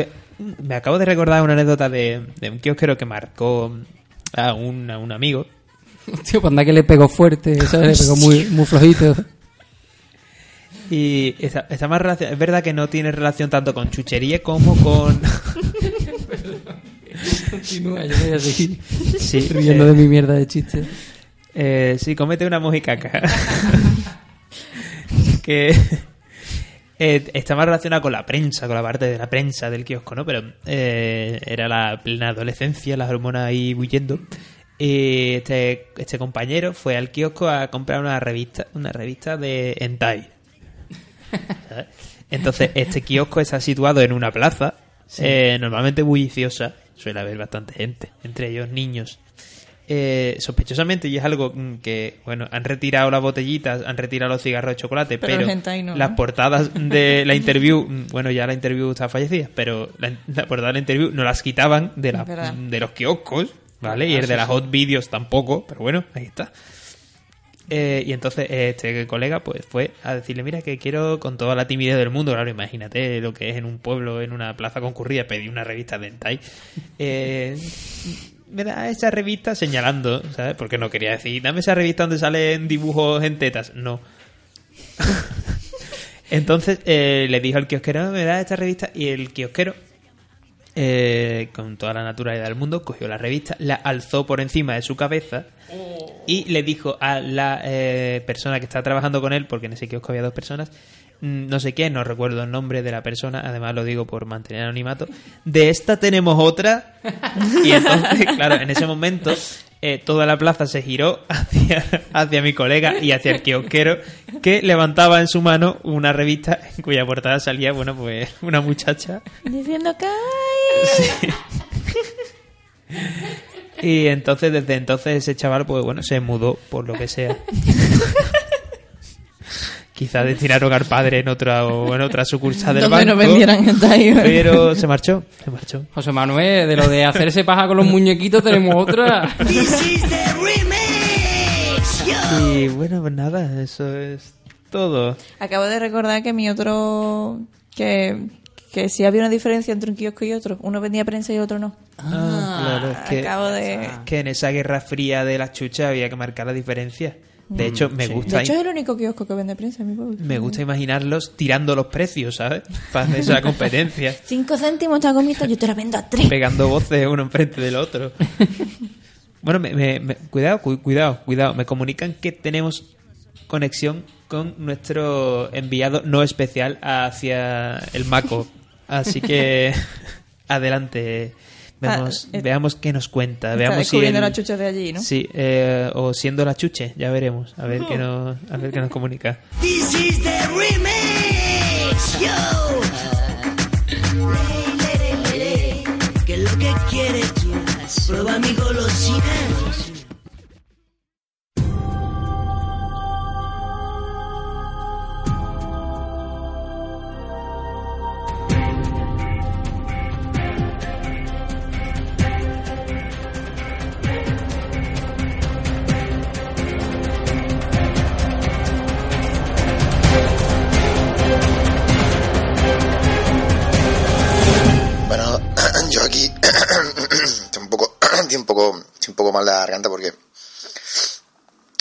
S2: me acabo de recordar una anécdota de, de un kiosquero que marcó a un, a un amigo.
S1: Tío, cuando que le pegó fuerte, ¿sabes? Le pegó muy, muy flojito.
S2: Y está, está más relacion- es verdad que no tiene relación tanto con chuchería como con...
S1: Continúa, yo voy a seguir
S2: sí,
S1: riendo
S2: eh,
S1: de mi mierda de chiste.
S2: Eh, sí, comete una mojicaca. que eh, está más relacionada con la prensa, con la parte de la prensa del kiosco, ¿no? Pero eh, era la plena adolescencia, las hormonas ahí huyendo. Y este, este compañero fue al kiosco a comprar una revista, una revista de hentai. ¿sabes? Entonces, este kiosco está situado en una plaza, eh, normalmente bulliciosa, suele haber bastante gente, entre ellos niños. Eh, sospechosamente, y es algo mm, que, bueno, han retirado las botellitas, han retirado los cigarros de chocolate,
S4: Pero
S2: pero,
S4: el hentai no,
S2: las
S4: ¿no?
S2: portadas de la interview, mm, bueno, ya la interview está fallecida, pero la, la portada de la interview no las quitaban de, la-
S4: Es verdad.
S2: de los kioscos, ¿vale? y el de las hot videos tampoco, pero bueno, ahí está. Eh, y entonces eh, este colega pues fue a decirle, mira que quiero con toda la timidez del mundo, claro, imagínate lo que es en un pueblo, en una plaza concurrida, pedir una revista de hentai. Eh, me da esa revista señalando, ¿sabes? Porque no quería decir, dame esa revista donde salen dibujos en tetas. No. entonces eh, le dijo al kiosquero, me da esta revista y el kiosquero eh, con toda la naturalidad del mundo, cogió la revista, la alzó por encima de su cabeza y le dijo a la eh, persona que está trabajando con él, porque en ese kiosco había dos personas, mm, no sé quién, no recuerdo el nombre de la persona, además lo digo por mantener anonimato, de esta tenemos otra. Y entonces, claro, en ese momento eh, toda la plaza se giró hacia, hacia mi colega y hacia el kiosquero que levantaba en su mano una revista en cuya portada salía, bueno, pues una muchacha
S4: Diciendo que...
S2: Y entonces, desde entonces, ese chaval, pues bueno, se mudó, por lo que sea. Quizás destinar hogar padre en otra, o en otra sucursal del
S4: Donde
S2: banco.
S4: no vendieran hentai.
S2: Pero se marchó, se marchó.
S1: José Manuel, de lo de hacerse paja con los muñequitos tenemos otra.
S3: This is the remix. Yo.
S2: Y bueno, pues nada, eso es todo.
S4: Acabo de recordar que mi otro... Que, que sí había una diferencia entre un kiosco y otro. Uno vendía prensa y otro no.
S2: Ah, claro, es que,
S4: Acabo de...
S2: es que en esa guerra fría de las chuchas había que marcar la diferencia. De hecho, me gusta
S4: De hecho, mm. es el único kiosco que vende prensa en mi pueblo.
S2: me gusta imaginarlos tirando los precios, ¿sabes? Para hacer esa competencia.
S4: Cinco céntimos esta gomita, yo te la vendo a tres.
S2: pegando voces uno enfrente del otro. Bueno, me, me- me- cuidado, cu- cuidado, cuidado. Me comunican que tenemos conexión con nuestro enviado no especial hacia el Maco. Así que adelante. Veamos,
S4: Ah, eh,
S2: veamos qué nos cuenta.
S4: está
S2: Veamos si
S4: descubriendo
S2: el-
S4: la chucha de allí, ¿no?
S2: Sí, eh, o siendo la chuche, ya veremos. A ver qué nos, a ver qué nos comunica.
S3: This is the remix. Yo. Ley, ley, ley, ley. ¿Qué es lo que quieres tú? Prueba mi golosina.
S5: Bueno, yo aquí estoy un poco, estoy un poco, estoy un poco mal de la garganta porque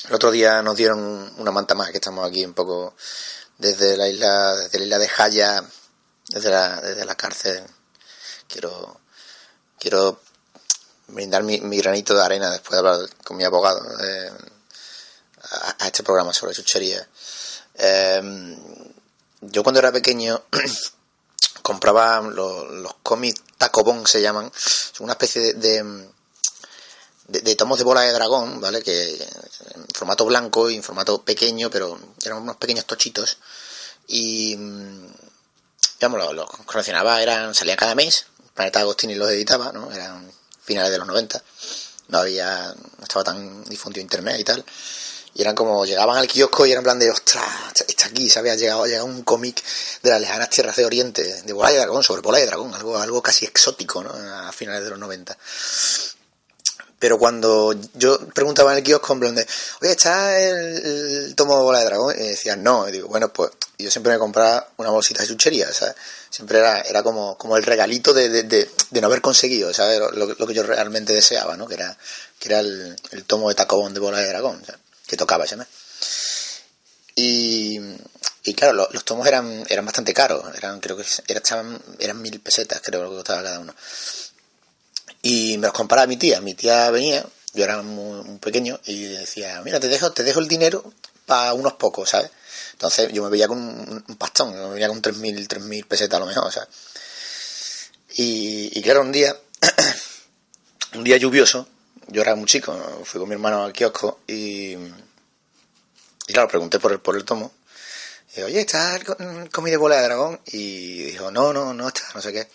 S5: el otro día nos dieron un- una manta más que estamos aquí un poco desde la isla, desde la isla de Jaya, desde la, desde la cárcel. Quiero, quiero brindar mi, mi granito de arena después de hablar con mi abogado eh, a, a este programa sobre chuchería. Eh, yo cuando era pequeño compraba los, los cómics Tacobón se llaman, son una especie de, de, de- de tomos de bola de dragón, ¿vale? Que en formato blanco y en formato pequeño, pero eran unos pequeños tochitos y mm, digamos, los, los coleccionaba, eran, salía cada mes, Planeta Agostini los editaba, ¿no? Eran finales de los 90, no había, no estaba tan difundido internet y tal. Y eran como, llegaban al kiosco y eran en plan de, ostras, está- está aquí, ¿sabes? Ha llegado, ha llegado un cómic de las lejanas tierras de Oriente, de Bola de Dragón, sobre Bola de Dragón, algo, algo casi exótico, ¿no? A finales de los 90. Pero cuando yo preguntaba en el kiosco, en plan de, oye, ¿está el, el tomo de bola de dragón? Y decían, no. Y digo, bueno, pues yo siempre me compraba una bolsita de chuchería, ¿sabes? Siempre era, era como, como el regalito de, de, de- de no haber conseguido, ¿sabes? Lo, lo- lo que yo realmente deseaba, ¿no? Que era, que era el, el tomo de tacobón de bola de dragón, ¿sabes? que tocaba ese mes. Y, y claro, lo- los tomos eran, eran bastante caros, eran, creo que era- estaban, eran mil pesetas, creo lo que costaba cada uno. Y me los compraba mi tía. Mi tía venía, yo era muy, muy pequeño, y decía, mira, te dejo, te dejo el dinero para unos pocos, ¿sabes? Entonces yo me veía con un, un pastón, yo me veía con 3.000, 3.000 pesetas a lo mejor, ¿sabes? Y, y claro, un día, un día lluvioso, yo era muy chico, fui con mi hermano al kiosco y, y claro, pregunté por el, por el tomo. Y, Oye, ¿está el co- mm, cómic de bola de dragón? Y dijo, no, no, no está, no sé qué.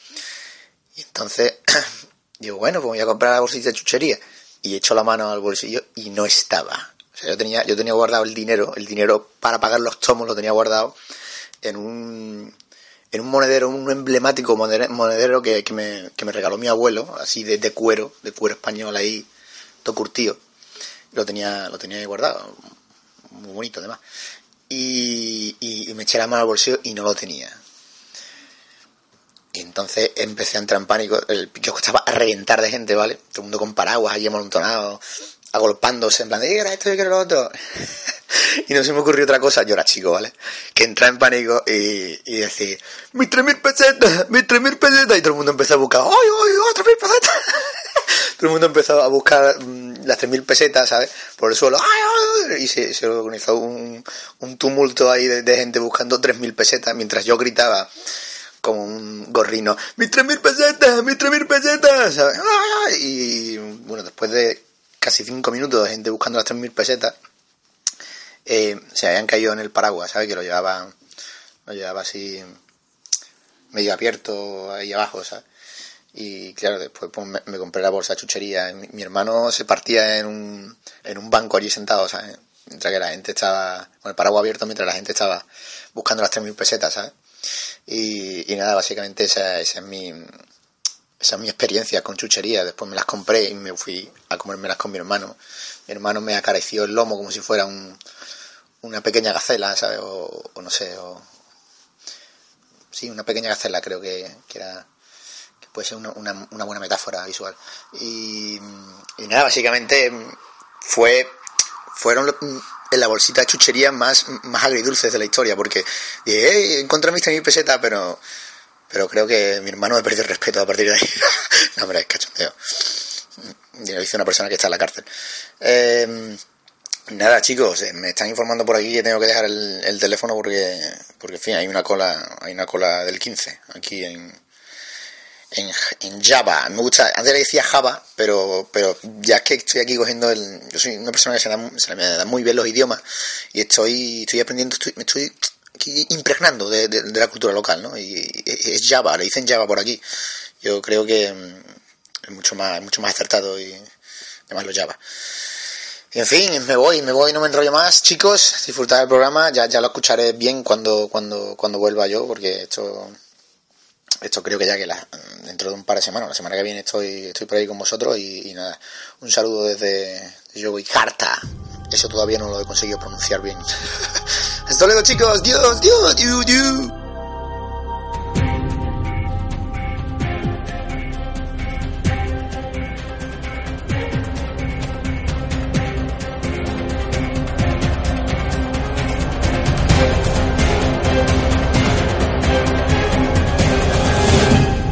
S5: Y entonces digo, bueno, pues voy a comprar la bolsita de chuchería. Y echo la mano al bolsillo y no estaba. O sea, yo tenía, yo tenía guardado el dinero, el dinero para pagar los tomos lo tenía guardado en un, en un monedero, un emblemático monede- monedero que, que me, que me regaló mi abuelo, así de, de cuero, de cuero español ahí, todo curtido. Lo tenía, lo tenía ahí guardado, muy bonito además. Y, y- y me eché la mano al bolsillo y no lo tenía. Y entonces empecé a entrar en pánico. El kiosco estaba a reventar de gente, ¿vale? Todo el mundo con paraguas ahí amontonado, agolpándose, en plan de, "Yo quiero esto, yo quiero lo otro. y no se me ocurrió otra cosa, yo era chico, ¿vale? Que entrar en pánico y, y decir, mis tres mil pesetas, mis tres mil pesetas. Y todo el mundo empezó a buscar, ¡ay, ay, ay, tres mil pesetas! todo el mundo empezó a buscar mm, las tres mil pesetas, ¿sabes? Por el suelo, ¡ay, ay, ay! Y se, se organizó un, un tumulto ahí de, de gente buscando tres mil pesetas mientras yo gritaba como un gorrino, mis tres mil pesetas, mis tres mil pesetas, ¿sabes? ¡Ay, ay! Y bueno, después de casi cinco minutos de gente buscando las tres mil pesetas, eh, se habían caído en el paraguas, ¿sabes? Que lo llevaba, lo llevaba así medio abierto ahí abajo, ¿sabes? Y claro, después pues, me, me compré la bolsa de chuchería. Mi, mi hermano se partía en un, en un banco allí sentado, ¿sabes? Mientras que la gente estaba, con el paraguas abierto, mientras la gente estaba buscando las 3.000 pesetas, ¿sabes? Y, y nada, básicamente esa, esa es mi esa es mi experiencia con chuchería. Después me las compré y me fui a comérmelas con mi hermano. Mi hermano me acarició el lomo como si fuera un, una pequeña gacela, ¿sabes? O, o no sé, o... Sí, una pequeña gacela creo que, que era... Que puede ser una, una- una buena metáfora visual. Y, y nada, básicamente fue fueron lo- en la bolsita de chuchería más, más agridulces de la historia, porque dije, hey, encontré mis 3.000 pesetas, pero, pero creo que mi hermano me perdió el respeto a partir de ahí. no, hombre, es cachondeo. Y Lo hizo una persona que está en la cárcel. Eh, nada, chicos, eh, me están informando por aquí que tengo que dejar el, el teléfono porque, porque, en fin, hay una cola, hay una cola del 15 aquí en, en, en Java. Me gusta, antes le decía Java, pero, pero ya que estoy aquí cogiendo el. Yo soy una persona que se, da, se me da muy bien los idiomas y estoy, estoy aprendiendo, estoy, me estoy aquí impregnando de, de- de la cultura local, ¿no? Y, y- es Java, le dicen Java por aquí. Yo creo que mm, es mucho más, mucho más acertado y llamarlo Java. En fin, me voy, me voy, no me enrollo más. Chicos, disfrutad del programa, ya, ya lo escucharé bien cuando, cuando, cuando vuelva yo, porque esto esto creo que ya que la- dentro de un par de semanas, la semana que viene estoy, estoy por ahí con vosotros y, y nada, un saludo desde Joey Carta. Eso todavía no lo he conseguido pronunciar bien. Hasta luego chicos, Dios, Dios, Dios, Dios.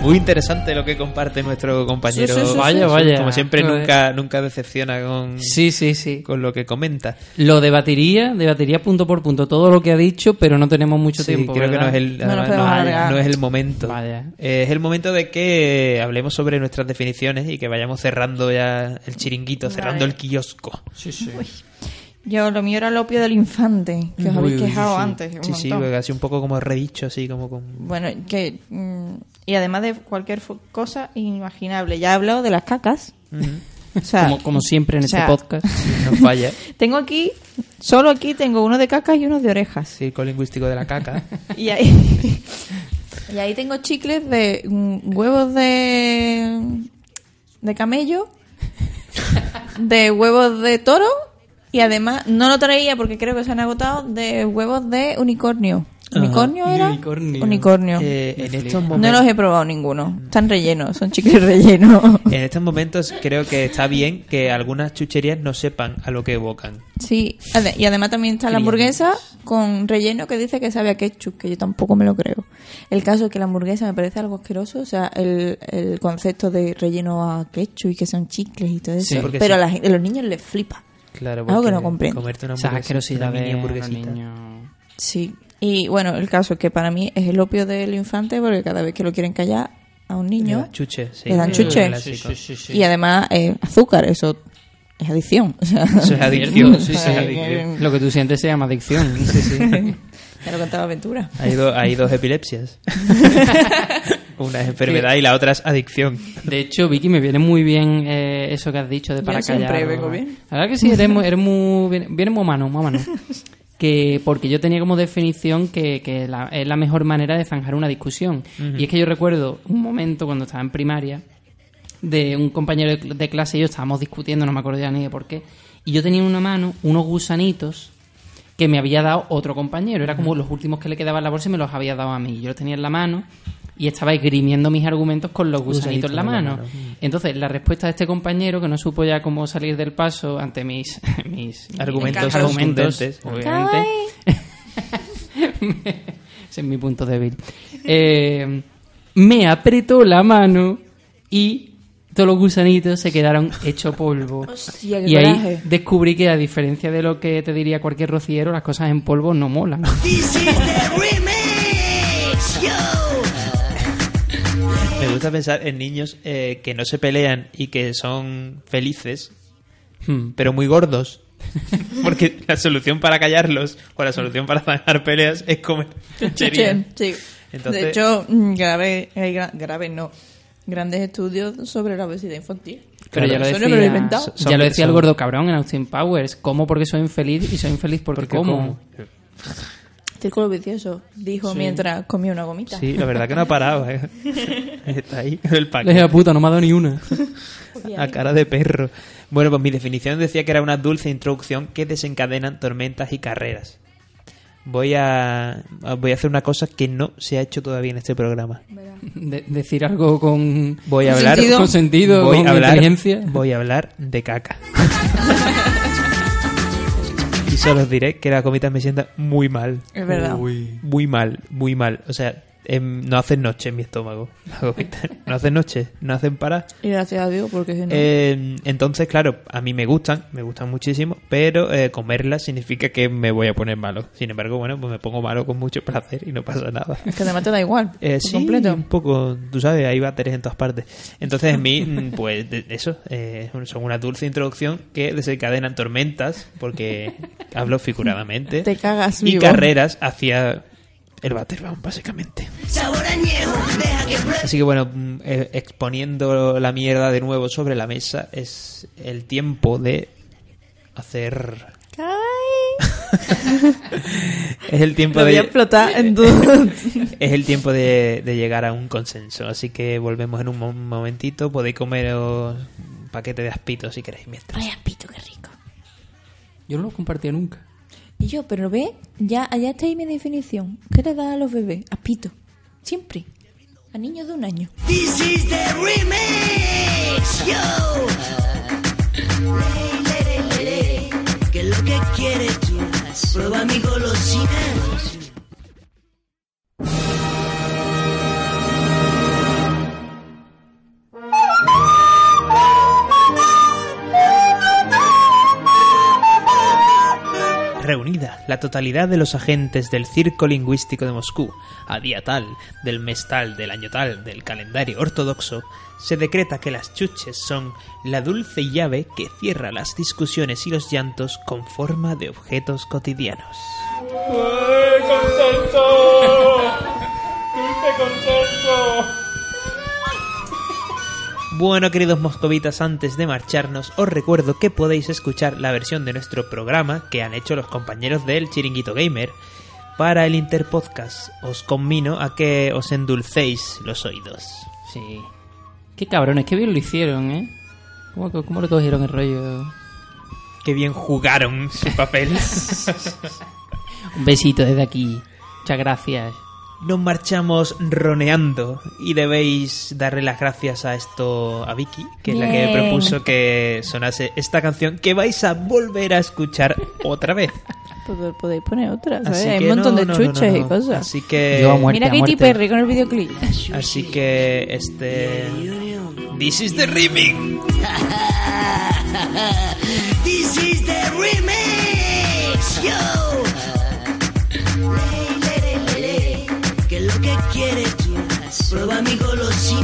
S2: Muy interesante lo que comparte nuestro compañero.
S4: Sí, sí, sí, sí.
S1: Vaya, vaya.
S2: Como siempre,
S1: Joder.
S2: nunca, nunca decepciona con,
S1: Sí, sí, sí.
S2: con lo que comenta.
S1: Lo debatiría, debatiría punto por punto todo lo que ha dicho, pero no tenemos mucho
S2: Sí,
S1: tiempo.
S2: creo que no
S1: ¿verdad?
S2: es, el,
S4: No nos
S2: además,
S4: podemos
S2: no es-
S4: alargar.
S2: no es el momento.
S1: Vaya.
S2: Eh, es el momento de que hablemos sobre nuestras definiciones y que vayamos cerrando ya el chiringuito, cerrando
S4: Vale.
S2: el kiosco.
S1: Sí, sí.
S4: Yo, lo mío era el opio del infante, que os
S1: Uy,
S4: habéis
S1: uy,
S4: quejado
S1: sí.
S4: antes. un
S2: Sí, sí,
S4: montón.
S2: porque así un poco como redicho, así como con...
S4: Bueno, que. mm, y además de cualquier fu- cosa inimaginable. Ya he hablado de las cacas. O sea,
S1: como, como siempre en
S4: o
S1: este
S4: sea,
S1: podcast.
S2: No falla.
S4: Tengo aquí, solo aquí tengo uno de cacas y uno de orejas.
S2: Circo lingüístico de la caca.
S4: Y ahí, y ahí tengo chicles de mm, huevos de, de camello, de huevos de toro y además, no lo traía porque creo que se han agotado, de huevos de unicornio.
S1: Ah,
S2: Ajá.
S4: ¿Unicornio era?
S1: Unicornio.
S4: Unicornio.
S2: Eh, en, estos
S4: no los
S2: momentos,
S4: he probado ninguno. Están rellenos, son chicles rellenos.
S2: en estos momentos creo que está bien que algunas chucherías no sepan a lo que evocan.
S4: Sí, ade- y además también está la hamburguesa con relleno que dice que sabe a ketchup, que yo tampoco me lo creo. El caso es que la hamburguesa me parece algo asqueroso, o sea, el, el concepto de relleno a ketchup y que son chicles y todo eso.
S2: Sí, porque
S4: pero a,
S2: sí.
S4: la gen- a los niños les flipa.
S2: Claro,
S4: Algo
S2: porque
S4: que no Ah, comprendo.
S2: Comerte una
S1: Esas
S2: hamburguesa, una
S1: asquerosidades
S2: mini
S1: a los
S2: hamburguesita.
S1: niños.
S4: Sí, y bueno, el caso es que para mí es el opio del infante porque cada vez que lo quieren callar a un
S2: Le
S4: niño
S2: dan chuche, sí.
S4: le dan
S2: es
S4: chuche.
S2: un clásico.
S4: y además eh, azúcar, eso es adicción. O sea,
S2: Eso es adicción, sí,
S4: o
S2: eso
S4: sea,
S2: es adicción.
S1: Lo que tú sientes se llama adicción.
S4: ya lo contaba Ventura.
S2: Hay, do- hay dos epilepsias. Una es enfermedad y la otra es adicción.
S1: De hecho, Vicky, me viene muy bien eh, eso que has dicho de
S4: Yo
S1: para
S4: siempre
S1: callar.
S4: vengo bien.
S1: La verdad que sí, eres muy, eres muy bien- vienes muy humano, muy humano. Que porque yo tenía como definición que, que la- es la mejor manera de zanjar una discusión. Y es que yo recuerdo un momento cuando estaba en primaria de un compañero de cl- de clase y yo estábamos discutiendo, no me acuerdo ya ni de por qué. Y yo tenía en una mano unos gusanitos que me había dado otro compañero. Era como los últimos que le quedaban en la bolsa y me los había dado a mí. Yo los tenía en la mano y estaba esgrimiendo mis argumentos con los gusanitos en la mano. Entonces, la respuesta de este compañero, que no supo ya cómo salir del paso ante mis, mis
S2: Argumentos
S1: argumentos,
S2: contundentes.
S1: obviamente. Ese es mi punto débil. Eh, me apretó la mano y todos los gusanitos se quedaron hecho polvo.
S4: Hostia, qué
S1: y ahí
S4: coraje.
S1: descubrí que a diferencia de lo que te diría cualquier rociero, las cosas en polvo no molan.
S3: This is the remix, yo.
S2: Me gusta pensar en niños eh, que no se pelean y que son felices,
S1: Hmm.
S2: pero muy gordos. Porque la solución para callarlos o la solución para zanjar peleas es comer chuchería.
S4: Sí.
S2: Entonces-
S4: De hecho, mm, grave, hay gra- grave no. Grandes estudios sobre la obesidad infantil.
S1: Pero
S2: Claro,
S1: ya lo
S4: eso
S1: decía,
S4: no me lo he inventado.
S1: ya
S2: Son-
S1: lo decía el
S2: son-
S1: gordo cabrón en Austin Powers. Como porque soy infeliz y soy infeliz porque, como.
S4: Círculo vicioso, dijo mientras comía una gomita.
S2: Sí, la verdad que no ha parado. eh. Está ahí el
S1: Le dije, "Ah,
S2: paquete.
S1: puta, no me ha dado ni una.
S2: A cara de perro. Bueno, pues mi definición decía que era una dulce introducción que desencadenan tormentas y carreras. Voy a, voy a hacer una cosa que no se ha hecho todavía en este programa.
S1: De- decir algo con.
S2: Voy a
S4: Con
S2: hablar
S4: sentido.
S1: Con sentido,
S2: voy
S1: con
S2: a hablar,
S1: inteligencia.
S2: Voy a hablar de caca. y solo os diré que la comida me sienta muy mal.
S4: Es verdad.
S2: Muy mal, muy mal. O sea, em, no hacen noche en mi estómago. la gomita. no hacen noche, no hacen parar.
S4: Y gracias a Dios, porque si no.
S2: Eh, entonces, claro, a mí me gustan, me gustan muchísimo, pero eh, comerlas significa que me voy a poner malo. Sin embargo, bueno, pues me pongo malo con mucho placer y no pasa nada.
S4: es que además te da igual.
S2: Eh,
S4: por
S2: sí,
S4: completo.
S2: un poco, tú sabes, hay baterías en todas partes. Entonces, en mí, mm, pues de- eso, eh, son una dulce introducción que desencadenan tormentas, porque hablo figuradamente,
S4: Te cagas
S2: y
S4: vivo.
S2: carreras hacia el Battleground, básicamente.
S3: Sabor añejo, deja que pruebe.
S2: Así que bueno, mm, eh, exponiendo la mierda de nuevo sobre la mesa, es el tiempo de hacer...
S4: Ay,
S2: Es el tiempo
S4: lo voy a
S2: de...
S4: explotar en tu...
S2: Es el tiempo de, de llegar a un consenso, así que volvemos en un mo- momentito. Podéis comeros un paquete de aspitos si queréis mientras.
S4: Vaya pito, qué rico.
S1: Yo no lo compartía nunca.
S4: Y yo, pero ve, ya allá está ahí mi definición. ¿Qué le da a los bebés? A pito. Siempre. A niños de un año.
S3: This is the remix, yo. Ley, ley, ley, ley. ¿Qué es lo que quieres tú? Prueba mi golosina.
S2: reunida la totalidad de los agentes del Circo Lingüístico de Moscú, a día tal, del mes tal, del año tal, del calendario ortodoxo, se decreta que las chuches son la dulce llave que cierra las discusiones y los llantos con forma de objetos cotidianos. Bueno, queridos moscovitas, antes de marcharnos, os recuerdo que podéis escuchar la versión de nuestro programa que han hecho los compañeros del Chiringuito Gamer para el Interpodcast. Os conmino a que os endulcéis los oídos.
S1: Sí. Qué cabrones, qué bien lo hicieron, ¿eh? ¿Cómo, cómo le cogieron el rollo?
S2: Qué bien jugaron su papel.
S1: Un besito desde aquí. Muchas gracias.
S2: Nos marchamos roneando y debéis darle las gracias a esto a Vicky, que es la que
S4: Bien.
S2: propuso que sonase esta canción que vais a volver a escuchar otra vez.
S4: Pod- Podéis poner otra, ¿sabes?
S2: Así
S4: Hay un
S2: que
S4: montón
S2: no,
S4: de
S2: no, no, no,
S4: chuches
S2: no.
S4: y cosas.
S2: Así que
S1: Yo a muerte,
S4: Mira
S1: a
S4: Katy
S1: muerte.
S4: Perry con el videoclip.
S2: Así que este. This is the remix.
S3: This is the remix, yo. Ley, ley, ley, ley. ¿Qué es lo que quieres tú? Prueba mi golosina.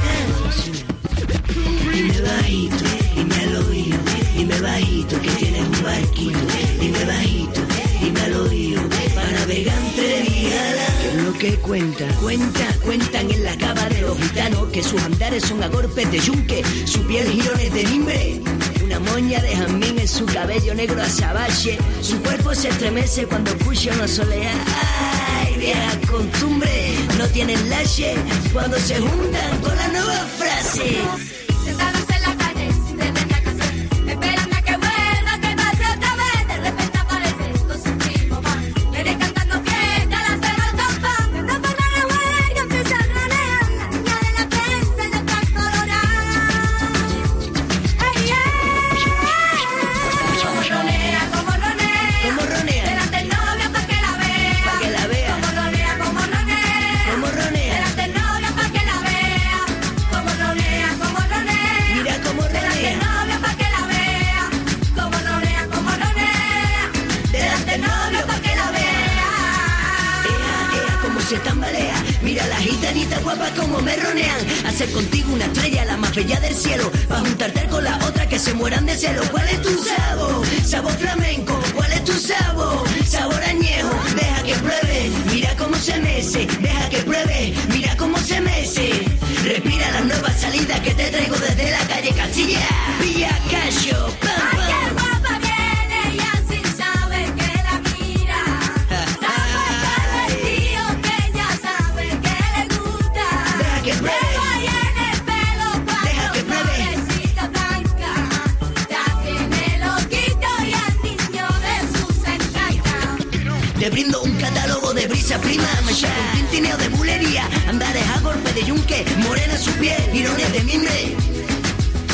S3: Dime bajito, dime al oído, dime bajito que tienes un barquito. Dime bajito, dime al oído, para navegar entre días. ¿Qué es lo que cuenta? Cuenta, cuentan en la cava de los gitanos que sus andares son a golpes de yunque, su piel jirones de mimbre. Una moña de jazmín en su cabello negro azabache. Su cuerpo se estremece cuando escucha una soleada. ¡Ay, vieja costumbre! No tienen lache cuando se juntan con la nueva frase.
S6: Sentados en la calle sin tener nada que hacer Esperando a que vuelva, que pase otra vez De repente apareces con su primo pan Viene cantando fiesta, la cena pan Me rompe una revuelga, empieza a granear La niña de la prensa ya está colorada ¡Ey, ey! Como ronea, como
S3: Como
S6: ronea
S3: ronea,
S6: Delante del novio pa' que la vea
S3: Pa' que la vea.
S6: Como ronea, como ronea
S3: como ronea.
S6: Delante del novio pa' que la vea Como ronea, como ronea
S3: Mira como
S6: Delante del
S3: ronea,
S6: novio pa' que la vea, como ronea, como ronea. Delante del novio pa' que la vea.
S3: ea, ea, como se tambalea. Mira la gitanita guapa como me ronean. Hacer contigo una estrella, la más bella del cielo. Pa' juntarte con la otra que se mueran de celo. ¿Cuál es tu sabor? Sabor flamenco. ¿Cuál es tu sabor? Sabor añejo. Deja que pruebe. Mira cómo se mece. Deja que pruebe. Mira cómo se mece. Respira las nuevas salidas que te traigo desde la calle Castilla. Villa Casio. Pam,
S6: Ay, qué
S3: pam.
S6: guapa viene y así sabe que la mira. Sabe que el vestido que ella sabe que le gusta.
S3: Deja que pruebe.
S6: Pero ahí en el pelo
S3: Deja que
S6: cuatro
S3: pruebe.
S6: florecitas blancas. Ya tiene loquito y al niño de sus encantas.
S3: Te brindo un catálogo de brisa prima, mancha un tintineo de bulería, andares a golpe de yunque, morena su piel, irones de mimbre,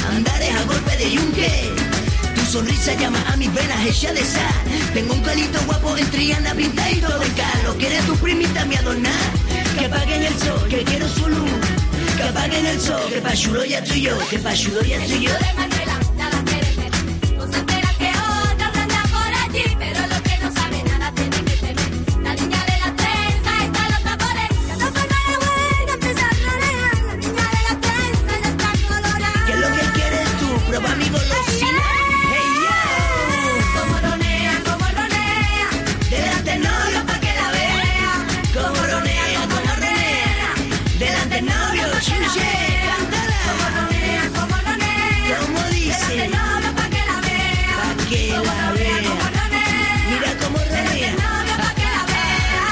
S3: andares a golpe de yunque. Tu sonrisa llama a mis venas hecha de sal. Tengo un calito guapo en Triana, pinta y todo en calo. Quiere tu primita mi adornar. Que apaguen el sol, que quiero su luz. Que apaguen el sol, que pa' chulo ya tú y yo, que pa' chulo ya tú y yo.
S6: Yo de Manuela, nada que ver. No se espera que otra anda por allí, pero lo que no sabe nada tiene que temer. La niña de la trenza está loca por él. Ya no puede de vuelta, empieza a florear. La niña de la trenza ya está colorada.
S3: Que lo que quieres tú, prueba mi golosina. Hey, yo.
S6: Como ronea, como ronea.
S3: Delante del novio pa' que la vea, como ronea, como ronea. Delante del novio, chuche,
S6: Como
S3: cántala,
S6: ronea, como ronea.
S3: como
S6: Delante
S3: dice,
S6: del novio pa' que la vea.
S3: pa' que la
S6: Como
S3: vea.
S6: ronea.
S3: Mira como
S6: Delante
S3: ronea,
S6: del novio pa' que la vea.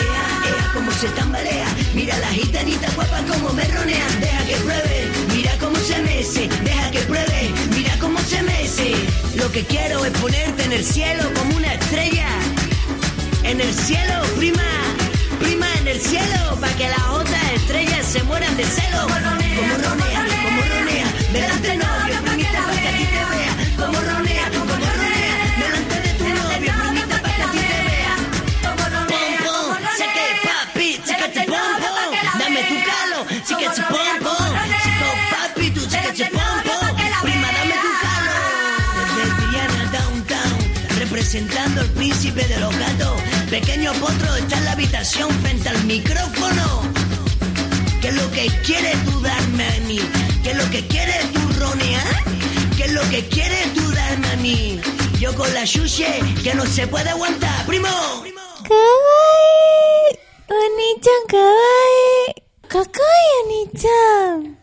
S3: ea, ea, como se tambalea. Mira la gitanita guapa como me ronea, deja que pruebe. Mira cómo se mece, deja que pruebe, mira cómo se mece. Lo que quiero es ponerte en el cielo como una estrella. En el cielo, prima, prima en el cielo, pa' que las otras estrellas se mueran de celo. Como ronea, como ronea, como ronea, delante del novio, primita pa' que a ti te vea. Como ronea, como ronea, delante de tu novio, primita pa' que a ti te vea. Pom, pom, saque, papi, sácate pom, pom, dame tu calo, sácate pom, pom, saco, papi, tú sácate pom, pom, prima, dame tu calo. Desde Triana Downtown, represento presentando el príncipe de los gatos. Pequeño potro está en la habitación frente al micrófono. ¿Qué es lo que quieres tú darme a mí? ¿Qué es lo que quieres tú ronear? ¿Qué es lo que quieres tú darme a mí? Yo con la chuche que no se puede aguantar, primo.
S7: ¡Kawaii! ¡Oni-chan, kawaii! ¡Kakai, Oni-chan!